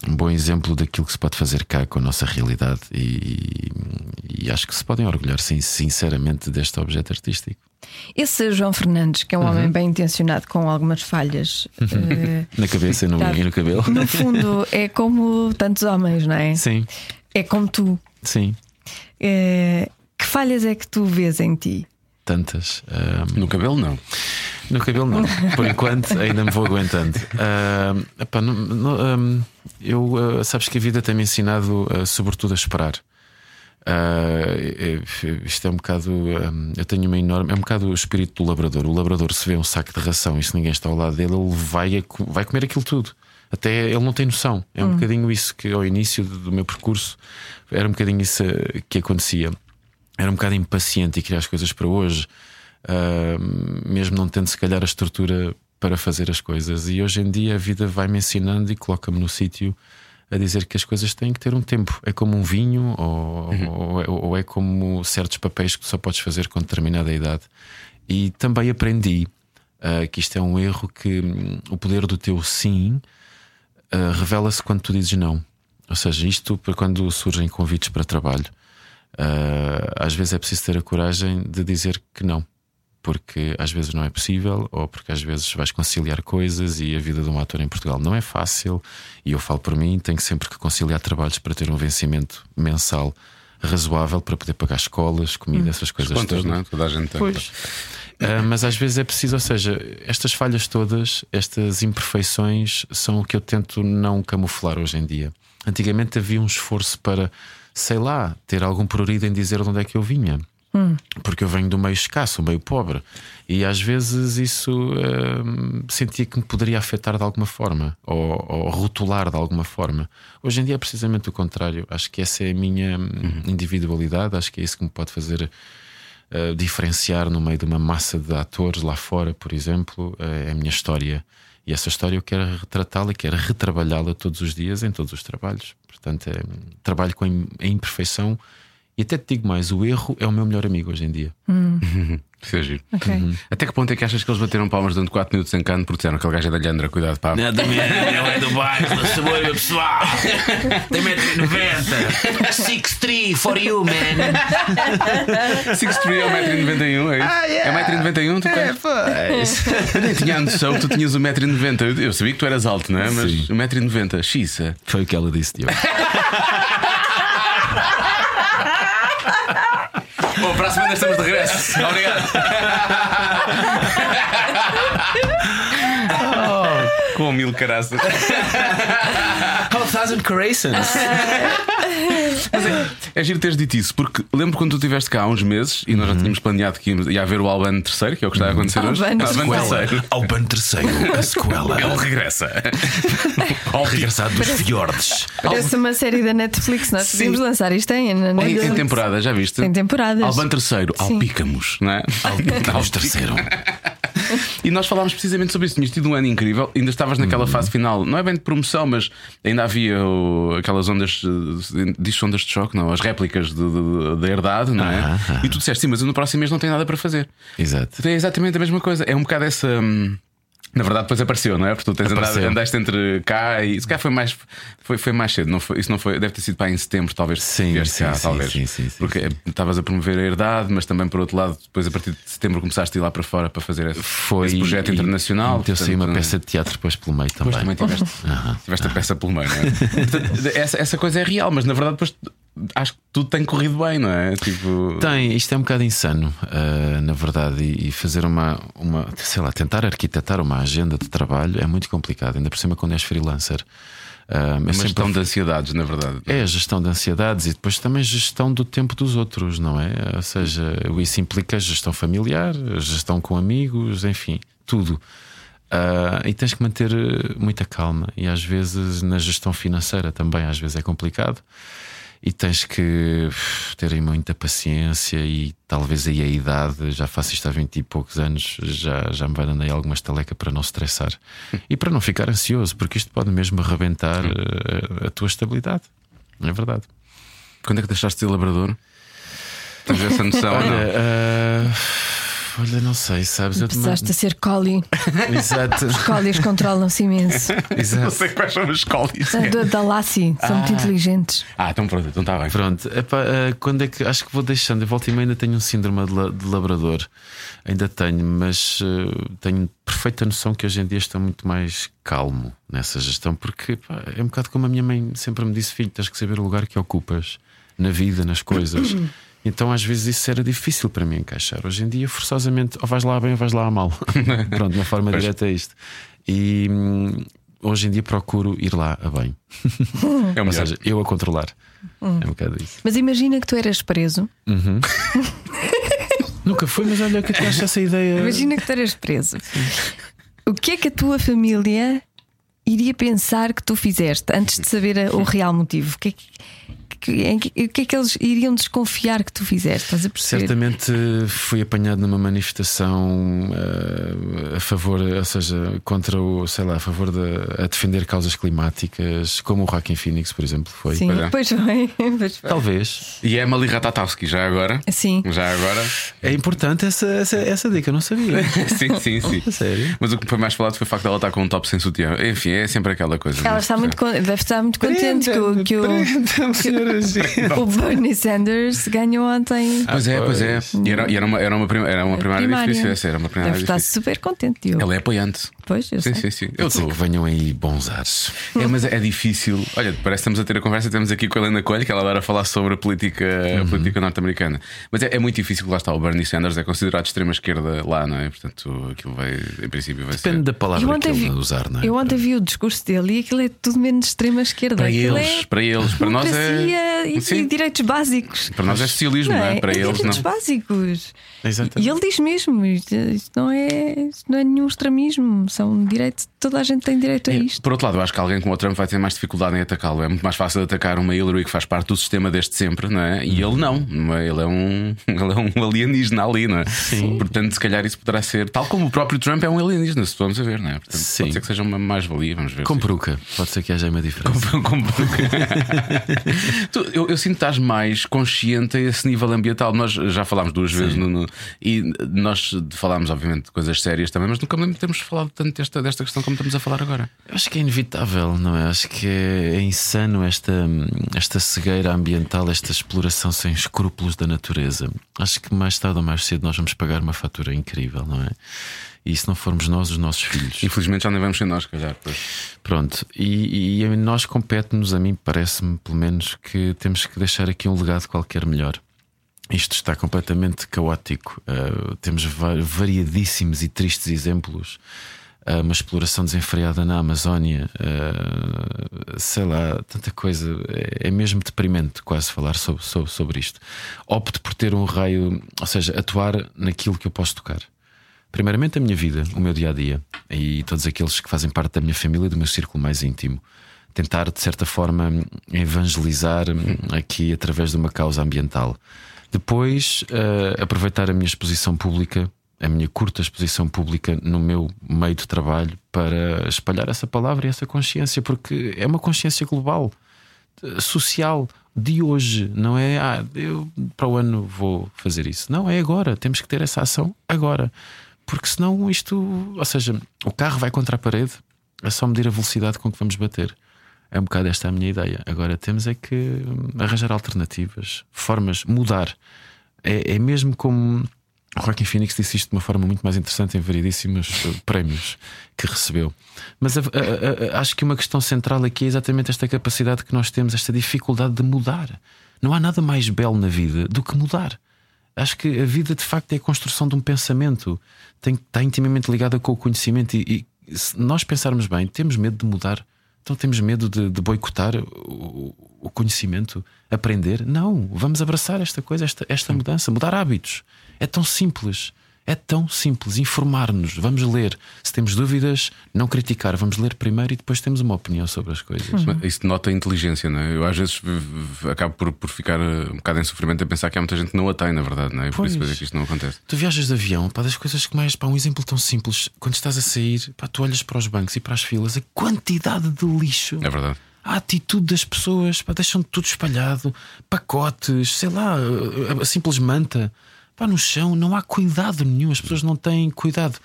[SPEAKER 5] um bom exemplo daquilo que se pode fazer cá com a nossa realidade e, e acho que se podem orgulhar sim, sinceramente deste objeto artístico.
[SPEAKER 3] Esse João Fernandes, que é um
[SPEAKER 2] Uhum.
[SPEAKER 3] homem bem intencionado com algumas falhas, eh,
[SPEAKER 5] Na cabeça e no,
[SPEAKER 3] Tá.
[SPEAKER 5] e no cabelo.
[SPEAKER 3] no fundo é como tantos homens, não é?
[SPEAKER 5] Sim,
[SPEAKER 3] É como tu.
[SPEAKER 5] sim,
[SPEAKER 3] Eh, que falhas é que tu vês em ti?
[SPEAKER 5] tantas. Ahm,
[SPEAKER 2] No cabelo, não.
[SPEAKER 5] No cabelo não, por enquanto ainda me vou aguentando. Ah, epá, não- não, ahm, eu ah, sabes que a vida tem-me ensinado ah, sobretudo a esperar. Ah, eh, eh, isto é um bocado. ahm, eu tenho uma enorme. É um bocado o espírito do labrador. O labrador, se vê um saco de ração e se ninguém está ao lado dele, ele vai, a co- vai comer aquilo tudo. Até ele não tem noção. É um bocadinho isso que ao início do do meu percurso era um bocadinho isso ah, que acontecia era um bocado impaciente e queria as coisas para hoje, ah, mesmo não tendo se calhar a estrutura para fazer as coisas. E hoje em dia a vida vai-me ensinando e coloca-me no sítio a dizer que as coisas têm que ter um tempo. É como um vinho ou, ou é, ou é como certos papéis que só podes fazer com determinada idade. E também aprendi ah, que isto é um erro que hum, o poder do teu sim uh, revela-se quando tu dizes não. Ou seja, isto para quando surgem convites para trabalho, uh, às vezes é preciso ter a coragem de dizer que não, porque às vezes não é possível, ou porque às vezes vais conciliar coisas e a vida de um ator em Portugal não é fácil. E eu falo por mim, tenho sempre que conciliar trabalhos para ter um vencimento mensal razoável para poder pagar escolas, comida, essas coisas
[SPEAKER 2] Quantas,
[SPEAKER 5] todas.
[SPEAKER 2] não é? Toda a gente tem.
[SPEAKER 5] Pois. Ah, mas às vezes é preciso, ou seja, estas falhas todas, estas imperfeições, são o que eu tento não camuflar hoje em dia. Antigamente havia um esforço para, sei lá, ter algum prurido em dizer de onde é que eu vinha. Porque eu venho do meio escasso, meio pobre. E às vezes isso ah, sentia que me poderia afetar de alguma forma, ou, ou rotular de alguma forma. Hoje em dia é precisamente o contrário. Acho que essa é a minha hum, individualidade, acho que é isso que me pode fazer uh, diferenciar no meio de uma massa de atores lá fora, por exemplo, uh, é a minha história. E essa história eu quero retratá-la, e quero retrabalhá-la todos os dias, em todos os trabalhos. Portanto, é, trabalho com a im- a imperfeição. E até te digo mais: o erro é o meu melhor amigo hoje em dia.
[SPEAKER 2] Isso é giro.
[SPEAKER 3] Ok.
[SPEAKER 5] Uhum.
[SPEAKER 2] Até que ponto é que achas que eles bateram palmas durante 4 minutos em cano porque disseram aquele gajo é da Leandra, cuidado, pá.
[SPEAKER 5] Nada mesmo, é do bairro, do subúrbio pessoal. Tem 1,90m. 6'3 for you, man.
[SPEAKER 2] 6'3 é 1,91m, é isso? É 1,91m, tu é, [laughs] Eu nem tinha a noção que tu tinhas 1,90m. Eu- Eu sabia que tu eras alto, não é? Mas
[SPEAKER 5] Sim.
[SPEAKER 2] 1,90m, xiça.
[SPEAKER 5] Foi o que ela disse, Diogo.
[SPEAKER 2] Bom, para a semana estamos de regresso. [laughs] Obrigado. Oh, Com mil caraças.
[SPEAKER 5] How thousand Coraisons.
[SPEAKER 2] É giro teres dito isso, porque lembro quando tu estiveste cá há uns meses e nós já tínhamos planeado que íamos- ia haver o Albano terceiro, que é o que está a acontecer hoje.
[SPEAKER 3] Albano
[SPEAKER 2] terceiro.
[SPEAKER 5] Albano III, a sequela. [laughs]
[SPEAKER 2] Ele regressa. [laughs]
[SPEAKER 5] Ao regressado dos fiordes.
[SPEAKER 3] Parece uma série da Netflix, nós
[SPEAKER 2] Sim.
[SPEAKER 3] podíamos lançar isto em, na
[SPEAKER 2] Em,
[SPEAKER 3] Netflix.
[SPEAKER 2] em temporada, já viste?
[SPEAKER 3] Em temporadas.
[SPEAKER 2] Alban terceiro,
[SPEAKER 3] Sim.
[SPEAKER 2] Alpícamos, não é?
[SPEAKER 5] Aos
[SPEAKER 2] Alpícamos
[SPEAKER 5] terceiro.
[SPEAKER 2] E nós falámos precisamente sobre isso. Tinhas tido um ano incrível, ainda estavas naquela fase final, não é bem de promoção, mas ainda havia o- aquelas ondas, eh, diz ondas de choque, não? As réplicas de- de- da herdade, não é?
[SPEAKER 5] Aham, aham.
[SPEAKER 2] E tu disseste, sim, mas eu no próximo mês não tenho nada para fazer.
[SPEAKER 5] Exato.
[SPEAKER 2] É exatamente a mesma coisa. É um bocado essa. hum, Na verdade, depois apareceu, não é? Porque tu tens andado,
[SPEAKER 5] Apareceu.
[SPEAKER 2] andaste entre cá e. Se cá foi mais, foi, foi mais cedo, não foi, isso não foi. Deve ter sido para em setembro, talvez. se
[SPEAKER 5] Sim,
[SPEAKER 2] vieste
[SPEAKER 5] sim,
[SPEAKER 2] cá,
[SPEAKER 5] sim,
[SPEAKER 2] talvez.
[SPEAKER 5] sim, sim, sim,
[SPEAKER 2] Porque eh, estavas a promover a herdade, mas também, por outro lado, depois a partir de setembro começaste a ir lá para fora para fazer esse,
[SPEAKER 5] Foi
[SPEAKER 2] esse projeto
[SPEAKER 5] e-
[SPEAKER 2] internacional.
[SPEAKER 5] Eu saí uma
[SPEAKER 2] portanto,
[SPEAKER 5] peça de teatro depois pelo meio também.
[SPEAKER 2] Depois também tiveste,
[SPEAKER 5] [laughs]
[SPEAKER 2] tiveste a peça pelo meio, não é? Portanto, essa, essa coisa é real, mas na verdade, depois acho que tudo tem corrido bem, não é? Tipo.
[SPEAKER 5] Tem, isto é um bocado insano, ah, na verdade, e, e fazer uma, uma, sei lá, tentar arquitetar uma agenda de trabalho é muito complicado, ainda por cima quando és freelancer. Ah, eu
[SPEAKER 2] Uma
[SPEAKER 5] sempre
[SPEAKER 2] gestão de ansiedades, na verdade.
[SPEAKER 5] É a gestão de ansiedades e depois também gestão do tempo dos outros, não é? Ou seja, isso implica gestão familiar, gestão com amigos, enfim, tudo. Ah, e tens que manter eh, muita calma e às vezes na gestão financeira também, às vezes é complicado. e tens que uf, ter aí muita paciência e talvez aí a idade, já faço isto há 20 e poucos anos, já, já me vai dando aí alguma estaleca para não estressar e para não ficar ansioso, porque isto pode mesmo arrebentar eh, a, tua estabilidade. É verdade.
[SPEAKER 2] Quando é que deixaste de ser labrador? Tens essa noção? ou não?
[SPEAKER 5] Olha, ah, olha, não sei, sabes? Eu
[SPEAKER 3] Precisaste de ser collie.
[SPEAKER 5] [laughs] Exato.
[SPEAKER 3] Collies controlam-se
[SPEAKER 2] [laughs]
[SPEAKER 3] imenso.
[SPEAKER 2] Não
[SPEAKER 5] Exato.
[SPEAKER 2] sei quais são as escolas.
[SPEAKER 3] A Tá do- da Lassie, são muito inteligentes.
[SPEAKER 2] Ah, então pronto, então está bem.
[SPEAKER 5] Pronto, epá, ah, quando é que acho que vou deixando? Eu volta e meia ainda tenho um síndrome de, la- de labrador, ainda tenho, mas ah, tenho perfeita noção que hoje em dia estou muito mais calmo nessa gestão, porque pá, é um bocado como a minha mãe sempre me disse: filho, tens que saber o lugar que ocupas na vida,
[SPEAKER 2] [clears throat]
[SPEAKER 5] nas coisas. Então às vezes isso era difícil para mim encaixar. Hoje em dia, forçosamente, ou vais lá a bem ou vais lá
[SPEAKER 2] [laughs]
[SPEAKER 5] a mal. Pronto, de uma forma direta é isto. E hum, hoje em dia procuro ir lá a bem.
[SPEAKER 2] É o melhor.
[SPEAKER 5] Ou
[SPEAKER 2] Hum.
[SPEAKER 5] seja, eu a controlar. É um bocado isso.
[SPEAKER 3] Mas imagina que tu eras preso.
[SPEAKER 5] Nunca foi, mas olha o que é que acho essa ideia.
[SPEAKER 3] Imagina que tu eras preso. O que é que a tua família iria pensar que tu fizeste antes de saber a- o real motivo? O que é que, que- em que- o que é que eles iriam desconfiar que tu fizeste? Estás a perceber?
[SPEAKER 5] Certamente fui apanhado numa manifestação eh, a favor, ou seja, contra o, sei lá, a favor de a defender causas climáticas, como o Joaquin Phoenix, por exemplo, foi.
[SPEAKER 3] Sim,
[SPEAKER 2] pois é.
[SPEAKER 3] pois bem. [laughs] Pois bem.
[SPEAKER 5] Talvez.
[SPEAKER 2] E é a Mali Ratatowski, já agora?
[SPEAKER 3] Sim.
[SPEAKER 2] Já agora? [laughs]
[SPEAKER 5] É importante essa, essa, essa dica, eu não sabia.
[SPEAKER 2] sim, sim,
[SPEAKER 5] A
[SPEAKER 2] sim.
[SPEAKER 5] sério.
[SPEAKER 2] Mas o que foi mais falado foi o facto dela estar com um top sem sutiã. Enfim, é sempre aquela coisa. não
[SPEAKER 3] Ela
[SPEAKER 2] é?
[SPEAKER 3] está muito, con- deve estar muito contente que, o- que o, o Bernie Sanders ganhou ontem.
[SPEAKER 5] Ah,
[SPEAKER 2] Pois é, pois é. E era, e era uma, era uma, prim- era uma primária, é
[SPEAKER 3] Primária.
[SPEAKER 2] difícil, essa era uma primária
[SPEAKER 3] Deve estar
[SPEAKER 2] difícil.
[SPEAKER 3] super contente, Diogo.
[SPEAKER 2] Ela é apoiante.
[SPEAKER 3] Pois, eu
[SPEAKER 2] Sim,
[SPEAKER 3] sei.
[SPEAKER 2] sim, sim.
[SPEAKER 5] Eu
[SPEAKER 2] Eu
[SPEAKER 5] sei
[SPEAKER 2] estou.
[SPEAKER 5] que venham aí bons ares.
[SPEAKER 2] É, mas é difícil. Olha, parece que estamos a ter a conversa. Temos aqui com a Helena Coelho, que ela adora falar sobre a política, a política norte-americana. Mas é, é muito difícil, lá está. O Bernie Sanders é considerado extrema-esquerda lá, não é? Portanto, aquilo vai, em princípio, vai
[SPEAKER 5] Depende
[SPEAKER 2] ser.
[SPEAKER 5] da
[SPEAKER 3] Eu
[SPEAKER 5] palavra que
[SPEAKER 3] ontem,
[SPEAKER 5] ele
[SPEAKER 3] vi,
[SPEAKER 5] vai usar, não é?
[SPEAKER 3] eu ontem vi o discurso dele e aquilo é tudo menos de extrema esquerda.
[SPEAKER 2] Para
[SPEAKER 3] Aquilo
[SPEAKER 2] eles,
[SPEAKER 3] é
[SPEAKER 2] para eles, para nós é.
[SPEAKER 3] democracia e,
[SPEAKER 2] Sim.
[SPEAKER 3] e direitos básicos.
[SPEAKER 2] Para nós é socialismo, não é? Para eles
[SPEAKER 3] direitos
[SPEAKER 2] não.
[SPEAKER 3] básicos.
[SPEAKER 5] Exatamente.
[SPEAKER 3] E ele diz mesmo: isto, isto não é, isto não é nenhum extremismo, são direitos, toda a gente tem direito
[SPEAKER 5] É.
[SPEAKER 3] a isto.
[SPEAKER 2] É, Por outro lado, eu acho que alguém como o Trump vai ter mais dificuldade em atacá-lo. É muito mais fácil atacar uma Hillary que faz parte do sistema desde sempre, não é? E ele não. Ele é um, [laughs] ele é um alienígena ali, não é? Sim. Portanto, se calhar isso poderá ser. Tal como o próprio Trump é um alienígena, se vamos a ver, não é? Portanto,
[SPEAKER 5] Sim.
[SPEAKER 2] Pode ser que seja uma mais-valia, vamos ver.
[SPEAKER 5] Com peruca, pode ser que haja aí uma diferença.
[SPEAKER 2] Como- [laughs] Tu- eu, eu sinto que estás mais consciente a esse nível ambiental. Nós já falámos duas vezes no, no- e nós falámos, obviamente, de coisas sérias também, mas nunca me lembro de termos falado tanto desta, desta questão como estamos a falar agora.
[SPEAKER 5] Eu Acho que é inevitável, não é? Acho que é, é insano esta, esta cegueira ambiental, esta exploração sem escrúpulos da natureza. Acho que mais tarde ou mais cedo nós vamos pagar uma fatura incrível, não é? E se não formos nós, os nossos filhos.
[SPEAKER 2] Infelizmente já nem vamos ser nós, se calhar. pois.
[SPEAKER 5] Pronto, e, e a nós compete-nos, a mim parece-me, pelo menos, que temos que deixar aqui um legado qualquer melhor. Isto está completamente caótico. Uh, temos va- variadíssimos e tristes exemplos. Uh, uma exploração desenfreada na Amazónia, uh, sei lá, tanta coisa. É, é mesmo deprimente quase falar sobre, sobre, sobre isto. Opto por ter um raio, ou seja, atuar naquilo que eu posso tocar. Primeiramente a minha vida, o meu dia a dia e todos aqueles que fazem parte da minha família e do meu círculo mais íntimo. Tentar, de certa forma, evangelizar aqui através de uma causa ambiental. Depois, eh, aproveitar a minha exposição pública, a minha curta exposição pública no meu meio de trabalho para espalhar essa palavra e essa consciência, porque é uma consciência global social de hoje, não é ah, eu para o ano vou fazer isso. Não, é agora, temos que ter essa ação agora. Porque senão isto, ou seja, o carro vai contra a parede, é só medir a velocidade com que vamos bater. É um bocado esta a minha ideia. Agora temos é que hum, arranjar alternativas, formas, mudar. É, é mesmo como o Joaquim Phoenix disse isto de uma forma muito mais interessante em variedíssimos eh, prémios que recebeu. Mas a- a- a- a- acho que uma questão central aqui é exatamente esta capacidade que nós temos, esta dificuldade de mudar. Não há nada mais belo na vida do que mudar. Acho que a vida de facto é a construção de um pensamento, Tem, está intimamente ligada com o conhecimento. E, e se nós pensarmos bem, temos medo de mudar, então temos medo de, de boicotar o, o conhecimento, aprender. Não, vamos abraçar esta coisa, esta, esta mudança, mudar hábitos. É tão simples, É tão simples, informar-nos, vamos ler. Se temos dúvidas, não criticar, vamos ler primeiro e depois temos uma opinião sobre as coisas.
[SPEAKER 2] Isso nota a inteligência, não é? Eu às vezes v- v- acabo por, por ficar eh, um bocado em sofrimento a pensar que há muita gente que não a tem, na verdade, não é? E Por isso
[SPEAKER 5] Pois.
[SPEAKER 2] é que isto não acontece.
[SPEAKER 5] Tu viajas de avião, pá, das coisas que mais, pá, um exemplo tão simples, quando estás a sair, pá, tu olhas para os bancos e para as filas, a quantidade de lixo.
[SPEAKER 2] É verdade.
[SPEAKER 5] a atitude das pessoas, pá, deixam tudo espalhado, pacotes, sei lá, a- a- a simples manta, pá, no chão, não há cuidado nenhum, as pessoas não têm cuidado.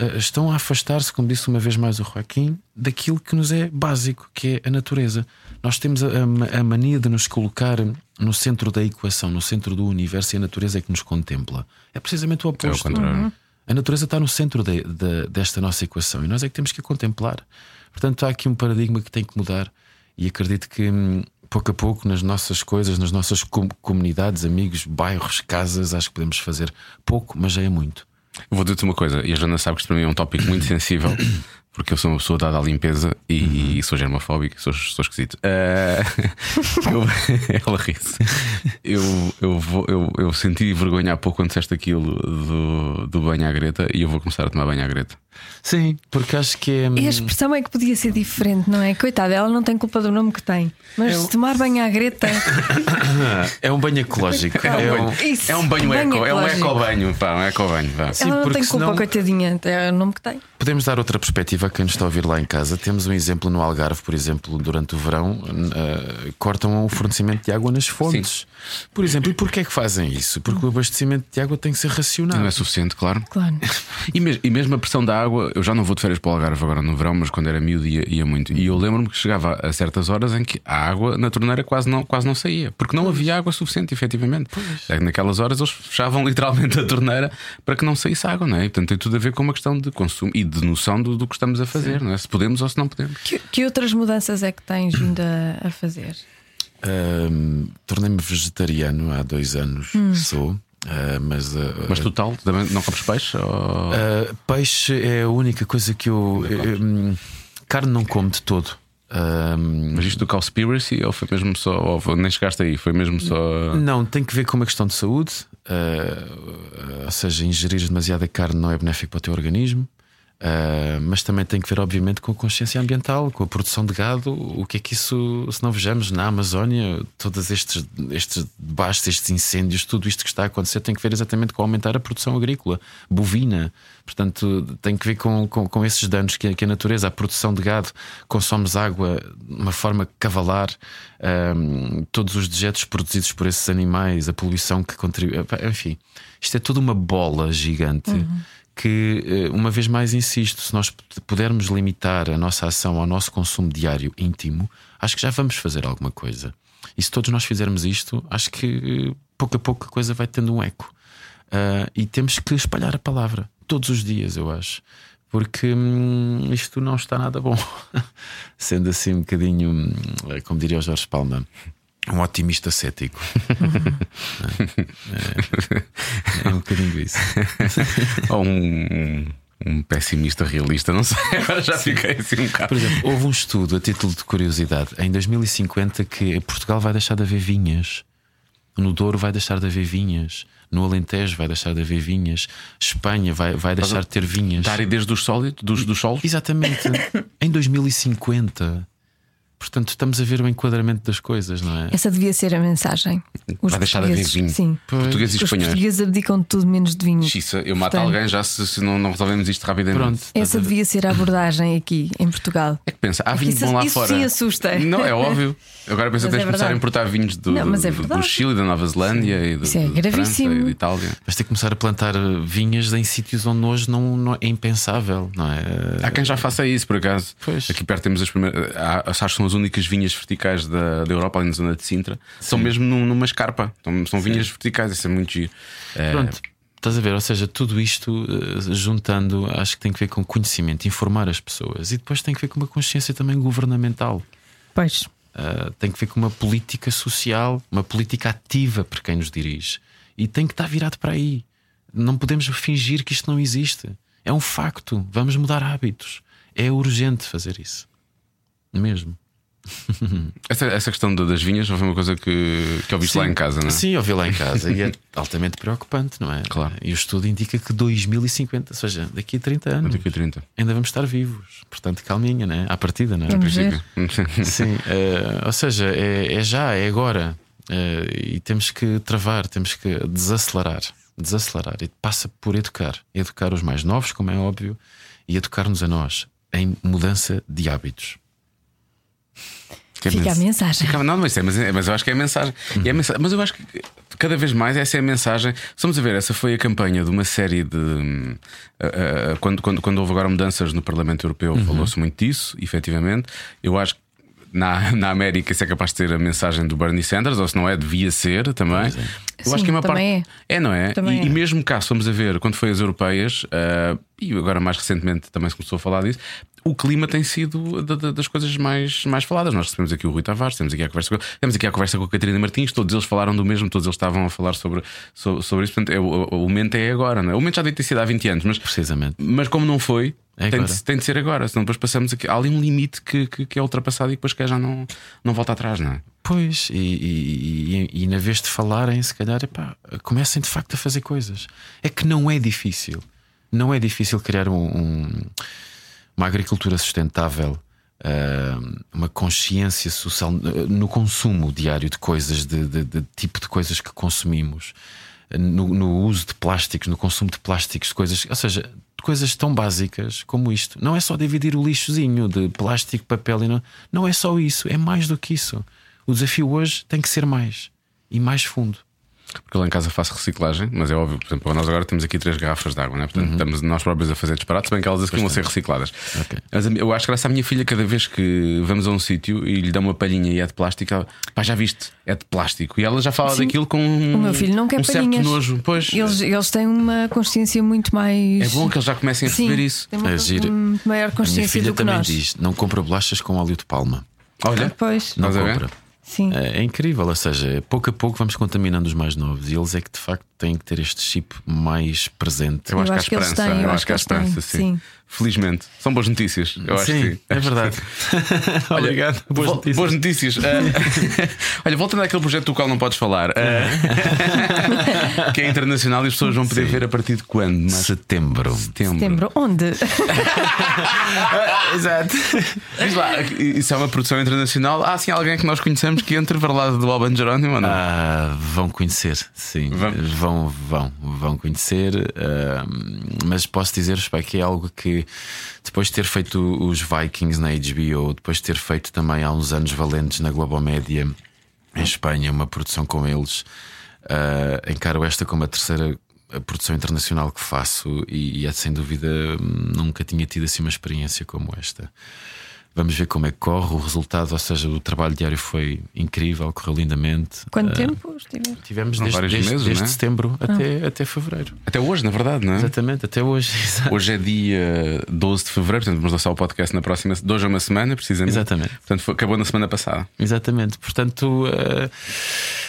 [SPEAKER 5] Ah, Estão a afastar-se, como disse uma vez mais o Joaquim, daquilo que nos é básico, que é a natureza. Nós temos a, a ma- a mania de nos colocar no centro da equação, no centro do universo, e a natureza é que nos contempla. É precisamente o
[SPEAKER 2] É o
[SPEAKER 5] oposto.
[SPEAKER 2] contrário.
[SPEAKER 5] A natureza está no centro de- de- desta nossa equação e nós é que temos que a contemplar. Portanto, há aqui um paradigma que tem que mudar e acredito que hum, pouco a pouco nas nossas coisas, nas nossas com- comunidades, amigos, bairros, casas, acho que podemos fazer pouco, mas já é muito.
[SPEAKER 2] Eu Vou dizer-te uma coisa, e a Joana sabe que isto para mim é um tópico muito sensível, porque eu sou uma pessoa dada à limpeza e, e sou germofóbico, sou, sou esquisito. Ah, eu- [laughs] ela ri-se. Eu, eu, vou- eu, eu senti vergonha há pouco quando disseste aquilo do, do banho à greta e eu vou começar a tomar banho à greta.
[SPEAKER 5] Sim, porque acho que é. hum,
[SPEAKER 3] E a expressão é que podia ser diferente, não é? Coitada, ela não tem culpa do nome que tem. Mas se tomar banho à greta.
[SPEAKER 5] É um banho ecológico.
[SPEAKER 2] [laughs] É um,
[SPEAKER 3] Isso,
[SPEAKER 2] é um banho
[SPEAKER 3] banho
[SPEAKER 2] eco, é um
[SPEAKER 3] ecológico.
[SPEAKER 2] eco-banho, pá, um eco-banho. vá.
[SPEAKER 5] [laughs] Sim,
[SPEAKER 3] ela não
[SPEAKER 5] porque
[SPEAKER 3] tem culpa,
[SPEAKER 5] senão-
[SPEAKER 3] coitadinha. É o nome que tem.
[SPEAKER 5] Podemos dar outra perspectiva a quem nos está a ouvir lá em casa. Temos um exemplo no Algarve, por exemplo, durante o verão, eh, cortam o fornecimento de água nas fontes. Por exemplo, e porquê é que fazem isso? Porque o abastecimento de água tem que ser racional.
[SPEAKER 2] Não é suficiente, claro.
[SPEAKER 3] Claro.
[SPEAKER 2] E, mes- e mesmo a pressão da água, eu já não vou de férias para o Algarve agora no verão, mas quando era miúdo ia, ia muito. E eu lembro-me que chegava a certas horas em que a água na torneira quase não, quase não saía, porque não havia água suficiente, efetivamente. É que Naquelas horas eles fechavam [laughs] literalmente a torneira para que não saísse água, não é? E, portanto, tem tudo a ver com uma questão de consumo e de noção do, do que estamos a fazer, não é? Se podemos ou se não podemos.
[SPEAKER 3] Que, que outras mudanças é que tens vindo a, a fazer?
[SPEAKER 5] Ahm, Tornei-me vegetariano há dois anos, sou, ah, mas, ah,
[SPEAKER 2] Mas total, também não comes peixe? Ou...
[SPEAKER 5] ah, peixe é a única coisa que eu. eh, hum, carne não como de todo. Ahm,
[SPEAKER 2] Mas isto do Cowspiracy ou foi mesmo só. Ou foi- nem chegaste aí, foi mesmo só.
[SPEAKER 5] Não, tem que ver com uma questão de saúde. ah, ou seja, ingerir demasiada carne não é benéfico para o teu organismo. ah, mas também tem que ver, obviamente, com a consciência ambiental, com a produção de gado. O que é que isso, se não vejamos na Amazónia, todos estes, estes debaixos, estes incêndios, tudo isto que está a acontecer tem que ver exatamente com aumentar a produção agrícola bovina. Portanto, tem que ver com, com, com esses danos que, a- que a natureza, a produção de gado, consomos água de uma forma cavalar, ahm, todos os dejetos produzidos por esses animais, a poluição que contribui. Epá, Enfim, isto é toda uma bola gigante. Que, eh, uma vez mais, insisto, se nós p- pudermos limitar a nossa ação ao nosso consumo diário íntimo, acho que já vamos fazer alguma coisa. E se todos nós fizermos isto, acho que eh, pouco a pouco a coisa vai tendo um eco. Ah, e temos que espalhar a palavra todos os dias, eu acho, porque hum, isto não está nada bom. [laughs] Sendo assim um bocadinho, hum, eh, como diria o Jorge Palma, um otimista cético. É, é um bocadinho isso.
[SPEAKER 2] Ou um, um pessimista realista, não sei. [laughs] Agora já fiquei assim um bocado.
[SPEAKER 5] Por exemplo, [laughs] houve um estudo a título de curiosidade em 2050 que Portugal vai deixar de haver vinhas. No Douro vai deixar de haver vinhas. No Alentejo vai deixar de haver vinhas. Espanha vai, vai deixar de ter vinhas.
[SPEAKER 2] Da aridez dos sólidos, dos, dos solos.
[SPEAKER 5] [laughs] Exatamente. em 2050. Portanto, estamos a ver o enquadramento das coisas, não é?
[SPEAKER 3] Essa devia ser a mensagem. Os
[SPEAKER 2] Vai deixar de haver
[SPEAKER 3] portugueses-
[SPEAKER 2] vinho.
[SPEAKER 3] Sim.
[SPEAKER 2] Portugueses e
[SPEAKER 3] Os
[SPEAKER 2] espanhóis.
[SPEAKER 3] portugueses abdicam de tudo menos de vinho.
[SPEAKER 2] Xiça, eu mato
[SPEAKER 3] Portanto.
[SPEAKER 2] alguém já se, se não, não resolvemos isto rapidamente.
[SPEAKER 5] Pronto. estás
[SPEAKER 3] Essa
[SPEAKER 5] a ver.
[SPEAKER 3] devia ser a abordagem aqui em Portugal.
[SPEAKER 2] É que pensa, há vinho
[SPEAKER 3] isso-
[SPEAKER 2] bom lá
[SPEAKER 3] isso
[SPEAKER 2] fora.
[SPEAKER 3] sim assusta.
[SPEAKER 2] Não, é óbvio. Agora pensa, tens
[SPEAKER 3] Mas é
[SPEAKER 2] de começar a
[SPEAKER 3] verdade.
[SPEAKER 2] importar vinhos do,
[SPEAKER 3] Não, mas é
[SPEAKER 2] do- do
[SPEAKER 3] verdade.
[SPEAKER 2] Chile, da Nova Zelândia e do,
[SPEAKER 3] Isso é
[SPEAKER 2] de França
[SPEAKER 3] gravíssimo.
[SPEAKER 2] e de Itália.
[SPEAKER 5] Vais ter que começar a plantar eh, vinhas em sítios onde hoje não, não- é impensável, não é?
[SPEAKER 2] Há quem já faça isso, por acaso.
[SPEAKER 5] Pois.
[SPEAKER 2] Aqui perto temos as primeiras. há- Acho que são as únicas vinhas verticais da, da Europa, ali na zona de Sintra. São mesmo num- numa escarpa. São, são vinhas verticais, isso é muito giro. É,
[SPEAKER 5] Pronto. Estás a ver? Ou seja, tudo isto eh, juntando, acho que tem que ver com conhecimento, informar as pessoas e depois tem que ver com uma consciência também governamental.
[SPEAKER 3] Pois.
[SPEAKER 5] Uh, tem que ver com uma política social, uma política ativa por quem nos dirige. E tem que estar virado para aí. Não podemos fingir que isto não existe. É um facto. Vamos mudar hábitos. É urgente fazer isso. Mesmo.
[SPEAKER 2] Essa, essa questão da- das vinhas foi uma coisa que, que ouviste lá em casa, não é?
[SPEAKER 5] Sim, eu vi lá em
[SPEAKER 2] [laughs]
[SPEAKER 5] casa e é altamente preocupante, não é?
[SPEAKER 2] Claro.
[SPEAKER 5] E o estudo indica que 2050, ou seja, daqui a 30 anos,
[SPEAKER 2] Daqui a 30.
[SPEAKER 5] ainda vamos estar vivos. Portanto, calminha, né? À partida, não é?
[SPEAKER 2] Em
[SPEAKER 3] Vamos ver.
[SPEAKER 2] princípio.
[SPEAKER 5] [laughs]
[SPEAKER 2] [laughs]
[SPEAKER 5] Sim, eh, ou seja, é, é já, é agora. Eh, e temos que travar, temos que desacelerar. Desacelerar. E passa por educar. Educar os mais novos, como é óbvio, e educar-nos a nós em mudança de hábitos.
[SPEAKER 2] Que é
[SPEAKER 3] Fica a
[SPEAKER 2] mens-
[SPEAKER 3] mensagem.
[SPEAKER 2] Fica- Não, mas, é, mas, é- mas eu acho que é a mensagem. E é a mensa- Mas eu acho que cada vez mais essa é a mensagem. Estamos a ver, essa foi a campanha de uma série de. hum, ah, ah, quando, quando, quando houve agora mudanças no Parlamento Europeu,
[SPEAKER 3] Uhum.
[SPEAKER 2] falou-se muito disso, efetivamente. Eu acho que. Na, [laughs] na América, isso é capaz de ter a mensagem do Bernie Sanders, ou se não é, devia ser também. Eu acho
[SPEAKER 3] Sim,
[SPEAKER 2] que é uma
[SPEAKER 3] também
[SPEAKER 2] parte. É, não é?
[SPEAKER 3] Também
[SPEAKER 2] E- e
[SPEAKER 3] é.
[SPEAKER 2] mesmo cá, se formos a ver, quando foi as europeias, ah, e agora mais recentemente também se começou a falar disso, o clima tem sido da- da- das coisas mais, mais faladas. Nós recebemos aqui o Rui Tavares, temos aqui a conversa com, temos aqui a conversa com a Catarina Martins, todos eles falaram do mesmo, todos eles estavam a falar sobre, sobre, sobre isso. Portanto, é, o, o momento é agora, não é? O momento já devia ter sido há 20 anos, mas,
[SPEAKER 5] Precisamente.
[SPEAKER 2] mas como não foi.
[SPEAKER 5] É
[SPEAKER 2] tem,
[SPEAKER 5] agora.
[SPEAKER 2] de, tem de ser agora, senão depois passamos aqui. Há ali um limite que, que, que é ultrapassado e depois que já não, não volta atrás, não é?
[SPEAKER 5] Pois, e, e, e- e na vez de falarem, se calhar, epá, comecem de facto a fazer coisas. É que não é difícil. Não é difícil criar um- um- uma agricultura sustentável, ah, uma consciência social ah, no consumo diário de coisas, de, de- de tipo de coisas que consumimos, no, no uso de plásticos, no consumo de plásticos, de coisas, ou seja, de coisas tão básicas como isto. Não é só dividir o lixozinho de plástico, papel e não. Não é só isso, é mais do que isso. O desafio hoje tem que ser mais e mais fundo.
[SPEAKER 2] Porque lá em casa faço reciclagem, mas é óbvio, por exemplo, nós agora temos aqui três garrafas de água, né?
[SPEAKER 3] Uhum.
[SPEAKER 2] portanto estamos nós próprios a fazer disparates, bem que elas aqui vão ser recicladas.
[SPEAKER 5] Ok.
[SPEAKER 2] Mas a mi- eu acho que graças à minha filha, cada vez que vamos a um sítio e lhe dá uma palhinha e é de plástico, ela, pá, já viste, é de plástico. E ela já fala daquilo com
[SPEAKER 3] O meu filho não quer
[SPEAKER 2] um certo
[SPEAKER 3] palhinhas.
[SPEAKER 2] nojo. Pois
[SPEAKER 3] Eles, eles têm uma consciência muito mais.
[SPEAKER 2] é bom que eles já comecem a
[SPEAKER 3] Sim,
[SPEAKER 2] perceber isso.
[SPEAKER 3] têm uma
[SPEAKER 5] É giro.
[SPEAKER 3] uma maior
[SPEAKER 5] A minha
[SPEAKER 3] consciência
[SPEAKER 5] filha
[SPEAKER 3] do que
[SPEAKER 5] também
[SPEAKER 3] nós.
[SPEAKER 5] diz: não compra bolachas com óleo de palma.
[SPEAKER 2] Olha,
[SPEAKER 3] Pois,
[SPEAKER 5] Não
[SPEAKER 2] Estás a ver?
[SPEAKER 5] compra.
[SPEAKER 3] sim.
[SPEAKER 5] É, é incrível, ou seja, pouco a pouco vamos contaminando os mais novos e eles é que de facto têm que ter este chip mais presente.
[SPEAKER 2] eu acho
[SPEAKER 3] Eu
[SPEAKER 2] que há
[SPEAKER 3] acho que eles
[SPEAKER 2] esperança.
[SPEAKER 3] têm,
[SPEAKER 2] eu acho que há
[SPEAKER 3] eles têm,
[SPEAKER 2] esperança, sim.
[SPEAKER 3] sim.
[SPEAKER 2] Felizmente, são boas notícias. Eu acho que sim.
[SPEAKER 5] é
[SPEAKER 2] [laughs]
[SPEAKER 5] verdade. Obrigado. Boas
[SPEAKER 2] Vol-
[SPEAKER 5] notícias.
[SPEAKER 2] Boas notícias.
[SPEAKER 5] [laughs]
[SPEAKER 2] Eh, [laughs] Olha, voltando àquele projeto do qual não podes falar, eh, [laughs] que é internacional e as pessoas vão poder ver a partir de quando? Mas
[SPEAKER 5] Setembro.
[SPEAKER 2] setembro. Ah,
[SPEAKER 3] Setembro,
[SPEAKER 5] [laughs]
[SPEAKER 3] onde?
[SPEAKER 5] Exato.
[SPEAKER 2] Diz lá, isso é uma produção internacional. Há assim alguém que nós conhecemos que entre Varlado do Alban Jerónimo ou não?
[SPEAKER 5] Ah, vão conhecer, sim.
[SPEAKER 2] Vamos.
[SPEAKER 5] Vão, vão, vão conhecer. ah, mas posso dizer-vos pá, que é algo que depois de ter feito os Vikings na HBO, depois de ter feito também há uns anos Valentes na Globomédia em Espanha, uma produção com eles, ah, encaro esta como a terceira. a produção internacional que faço e, e é sem dúvida hum, nunca tinha tido assim uma experiência como esta. Vamos ver como é que corre o resultado, ou seja, o trabalho diário foi incrível, correu lindamente.
[SPEAKER 3] Quanto
[SPEAKER 5] Ah,
[SPEAKER 3] tempo estive?
[SPEAKER 5] Tivemos
[SPEAKER 2] Não,
[SPEAKER 5] desde,
[SPEAKER 2] vários
[SPEAKER 5] desde-
[SPEAKER 2] meses,
[SPEAKER 5] desde
[SPEAKER 2] não é?
[SPEAKER 5] setembro até, até fevereiro.
[SPEAKER 2] Até hoje, na verdade, não é?
[SPEAKER 5] Exatamente, até hoje. [laughs] Exato.
[SPEAKER 2] Hoje é dia 12 de fevereiro, portanto, vamos lançar o podcast na próxima. De hoje é uma semana, precisamente.
[SPEAKER 5] Exatamente.
[SPEAKER 2] Portanto, foi- acabou na semana passada.
[SPEAKER 5] Exatamente, portanto eh,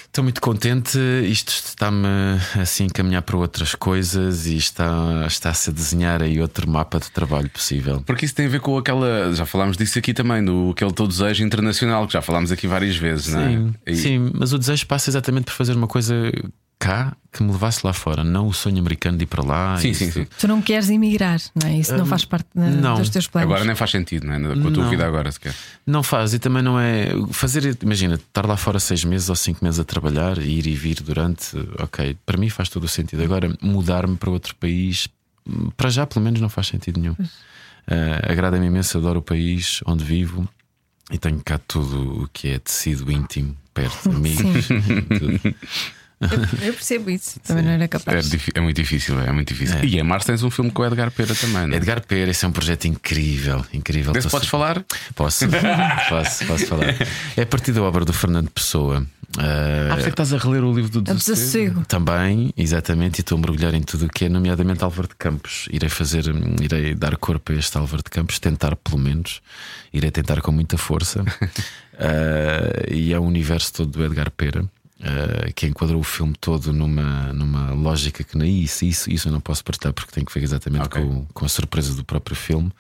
[SPEAKER 5] estou muito contente. Isto está-me assim a caminhar para outras coisas e está- está-se a desenhar aí outro mapa de trabalho possível.
[SPEAKER 2] Porque isso tem a ver com aquela. Já falámos disso aqui também, do aquele teu desejo internacional, que já falámos aqui várias vezes, não
[SPEAKER 5] Sim,
[SPEAKER 2] é? E-
[SPEAKER 5] sim, mas o desejo passa exatamente por fazer uma coisa cá que me levasse lá fora, não o sonho americano de ir para lá.
[SPEAKER 2] Sim,
[SPEAKER 5] e
[SPEAKER 2] sim,
[SPEAKER 5] isso
[SPEAKER 2] sim.
[SPEAKER 3] Tu não queres emigrar, não é? Isso não faz parte da-
[SPEAKER 5] Hum, não.
[SPEAKER 3] dos teus planos.
[SPEAKER 2] Agora nem faz sentido, não é? Com a tua
[SPEAKER 5] Não.
[SPEAKER 2] vida agora sequer.
[SPEAKER 5] Não faz, e também não é. Fazer, imagina, estar lá fora seis meses ou cinco meses a trabalhar e ir e vir durante. Ok, para mim faz todo o sentido. Agora, mudar-me para outro país, hum, para já pelo menos não faz sentido nenhum. Ah, Agrada-me imenso, adoro o país onde vivo e tenho cá tudo o que é tecido íntimo, perto de amigos. tudo.
[SPEAKER 3] Eu percebo isso, também não era
[SPEAKER 2] É,
[SPEAKER 3] capaz.
[SPEAKER 2] difí- é muito difícil, é muito difícil.
[SPEAKER 5] É.
[SPEAKER 2] E em março tens um filme com o Edgar Pera também, não é?
[SPEAKER 5] Edgar Pera, esse é um projeto incrível, incrível.
[SPEAKER 2] Desse
[SPEAKER 5] Estou
[SPEAKER 2] podes falar?
[SPEAKER 5] super- Posso, posso, posso falar.
[SPEAKER 2] [laughs]
[SPEAKER 5] É a partir da obra do Fernando Pessoa. Ah,
[SPEAKER 2] Ah, por isso é que estás a reler o livro do
[SPEAKER 3] É desassossego.
[SPEAKER 5] Também, exatamente, e estou a mergulhar em tudo o que é, nomeadamente Álvaro de Campos. Irei fazer, hum, irei dar corpo a este Álvaro de Campos, tentar pelo menos, irei tentar com
[SPEAKER 2] [laughs]
[SPEAKER 5] muita força. Ah, e é o universo todo do Edgar Pera, ah, que enquadrou o filme todo numa, numa lógica que não isso, isso, isso eu não posso partilhar porque tem que ver exatamente
[SPEAKER 2] Ok.
[SPEAKER 5] com, com a surpresa do próprio filme.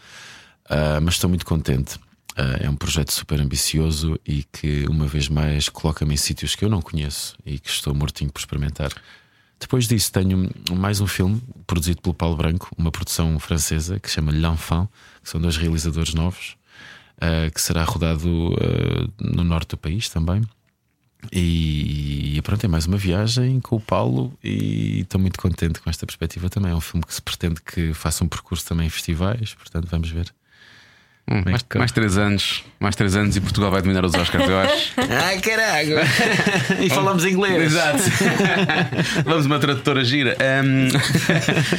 [SPEAKER 5] Ah, mas estou muito contente. Ah, é um projeto super ambicioso e que, uma vez mais, coloca-me em sítios que eu não conheço e que estou mortinho por experimentar. Depois disso, tenho mais um filme produzido pelo Paulo Branco, uma produção francesa que se chama L'Enfant, que são dois realizadores novos, ah, que será rodado ah, no norte do país também. E, e pronto, é mais uma viagem com o Paulo e estou muito contente com esta perspectiva também. É um filme que se pretende que faça um percurso também em festivais, portanto vamos ver.
[SPEAKER 2] Hum,
[SPEAKER 5] é
[SPEAKER 2] mais,
[SPEAKER 5] que-
[SPEAKER 2] mais três anos, mais três anos e Portugal vai dominar os Oscars, eu acho.
[SPEAKER 5] [laughs] Ai caralho!
[SPEAKER 2] [laughs]
[SPEAKER 5] e falamos inglês! [laughs]
[SPEAKER 2] Exato. Vamos uma tradutora gira. Ahm,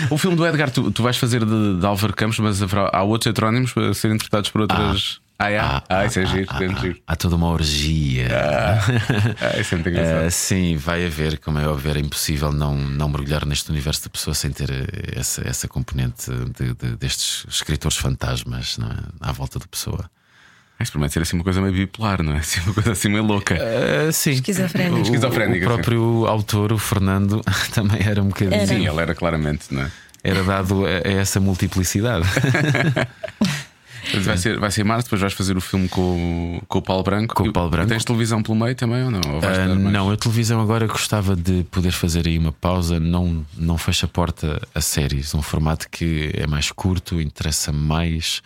[SPEAKER 2] [laughs] o filme do Edgar, tu, tu vais fazer de, de Álvaro Campos, mas haverá- há outros heterónimos para serem interpretados por outras. Ah, é? Ah, isso é giro,
[SPEAKER 5] há-
[SPEAKER 2] grande giro.
[SPEAKER 5] ah, há toda uma orgia.
[SPEAKER 2] Ah, isso é muito engraçado.
[SPEAKER 5] Ah, sim, vai haver, como é óbvio, era impossível não, não mergulhar neste universo de pessoa sem ter eh, essa, essa componente de- de- destes escritores fantasmas não é? à volta da pessoa. É.
[SPEAKER 2] Mas promete ser assim uma coisa meio bipolar, não é? Assim, uma coisa assim meio louca.
[SPEAKER 5] Ah, sim.
[SPEAKER 3] Esquizofrénico.
[SPEAKER 5] O,
[SPEAKER 2] Esquizofrénico,
[SPEAKER 5] o próprio autor, o Fernando, [laughs] também era um bocadinho.
[SPEAKER 2] Sim, ela era claramente, não é?
[SPEAKER 5] Era dado a, a essa multiplicidade.
[SPEAKER 2] Portanto,
[SPEAKER 5] Hum.
[SPEAKER 2] Vai ser, vai ser em março, depois vais fazer o filme com, o- com o Paulo Branco.
[SPEAKER 5] Com o
[SPEAKER 2] E-
[SPEAKER 5] Paulo Branco.
[SPEAKER 2] E tens televisão pelo meio também ou não? Ou vais
[SPEAKER 5] Ah,
[SPEAKER 2] dar mais?
[SPEAKER 5] não, a televisão agora gostava de poder fazer aí uma pausa, não, não fecha a porta a séries, um formato que é mais curto, interessa mais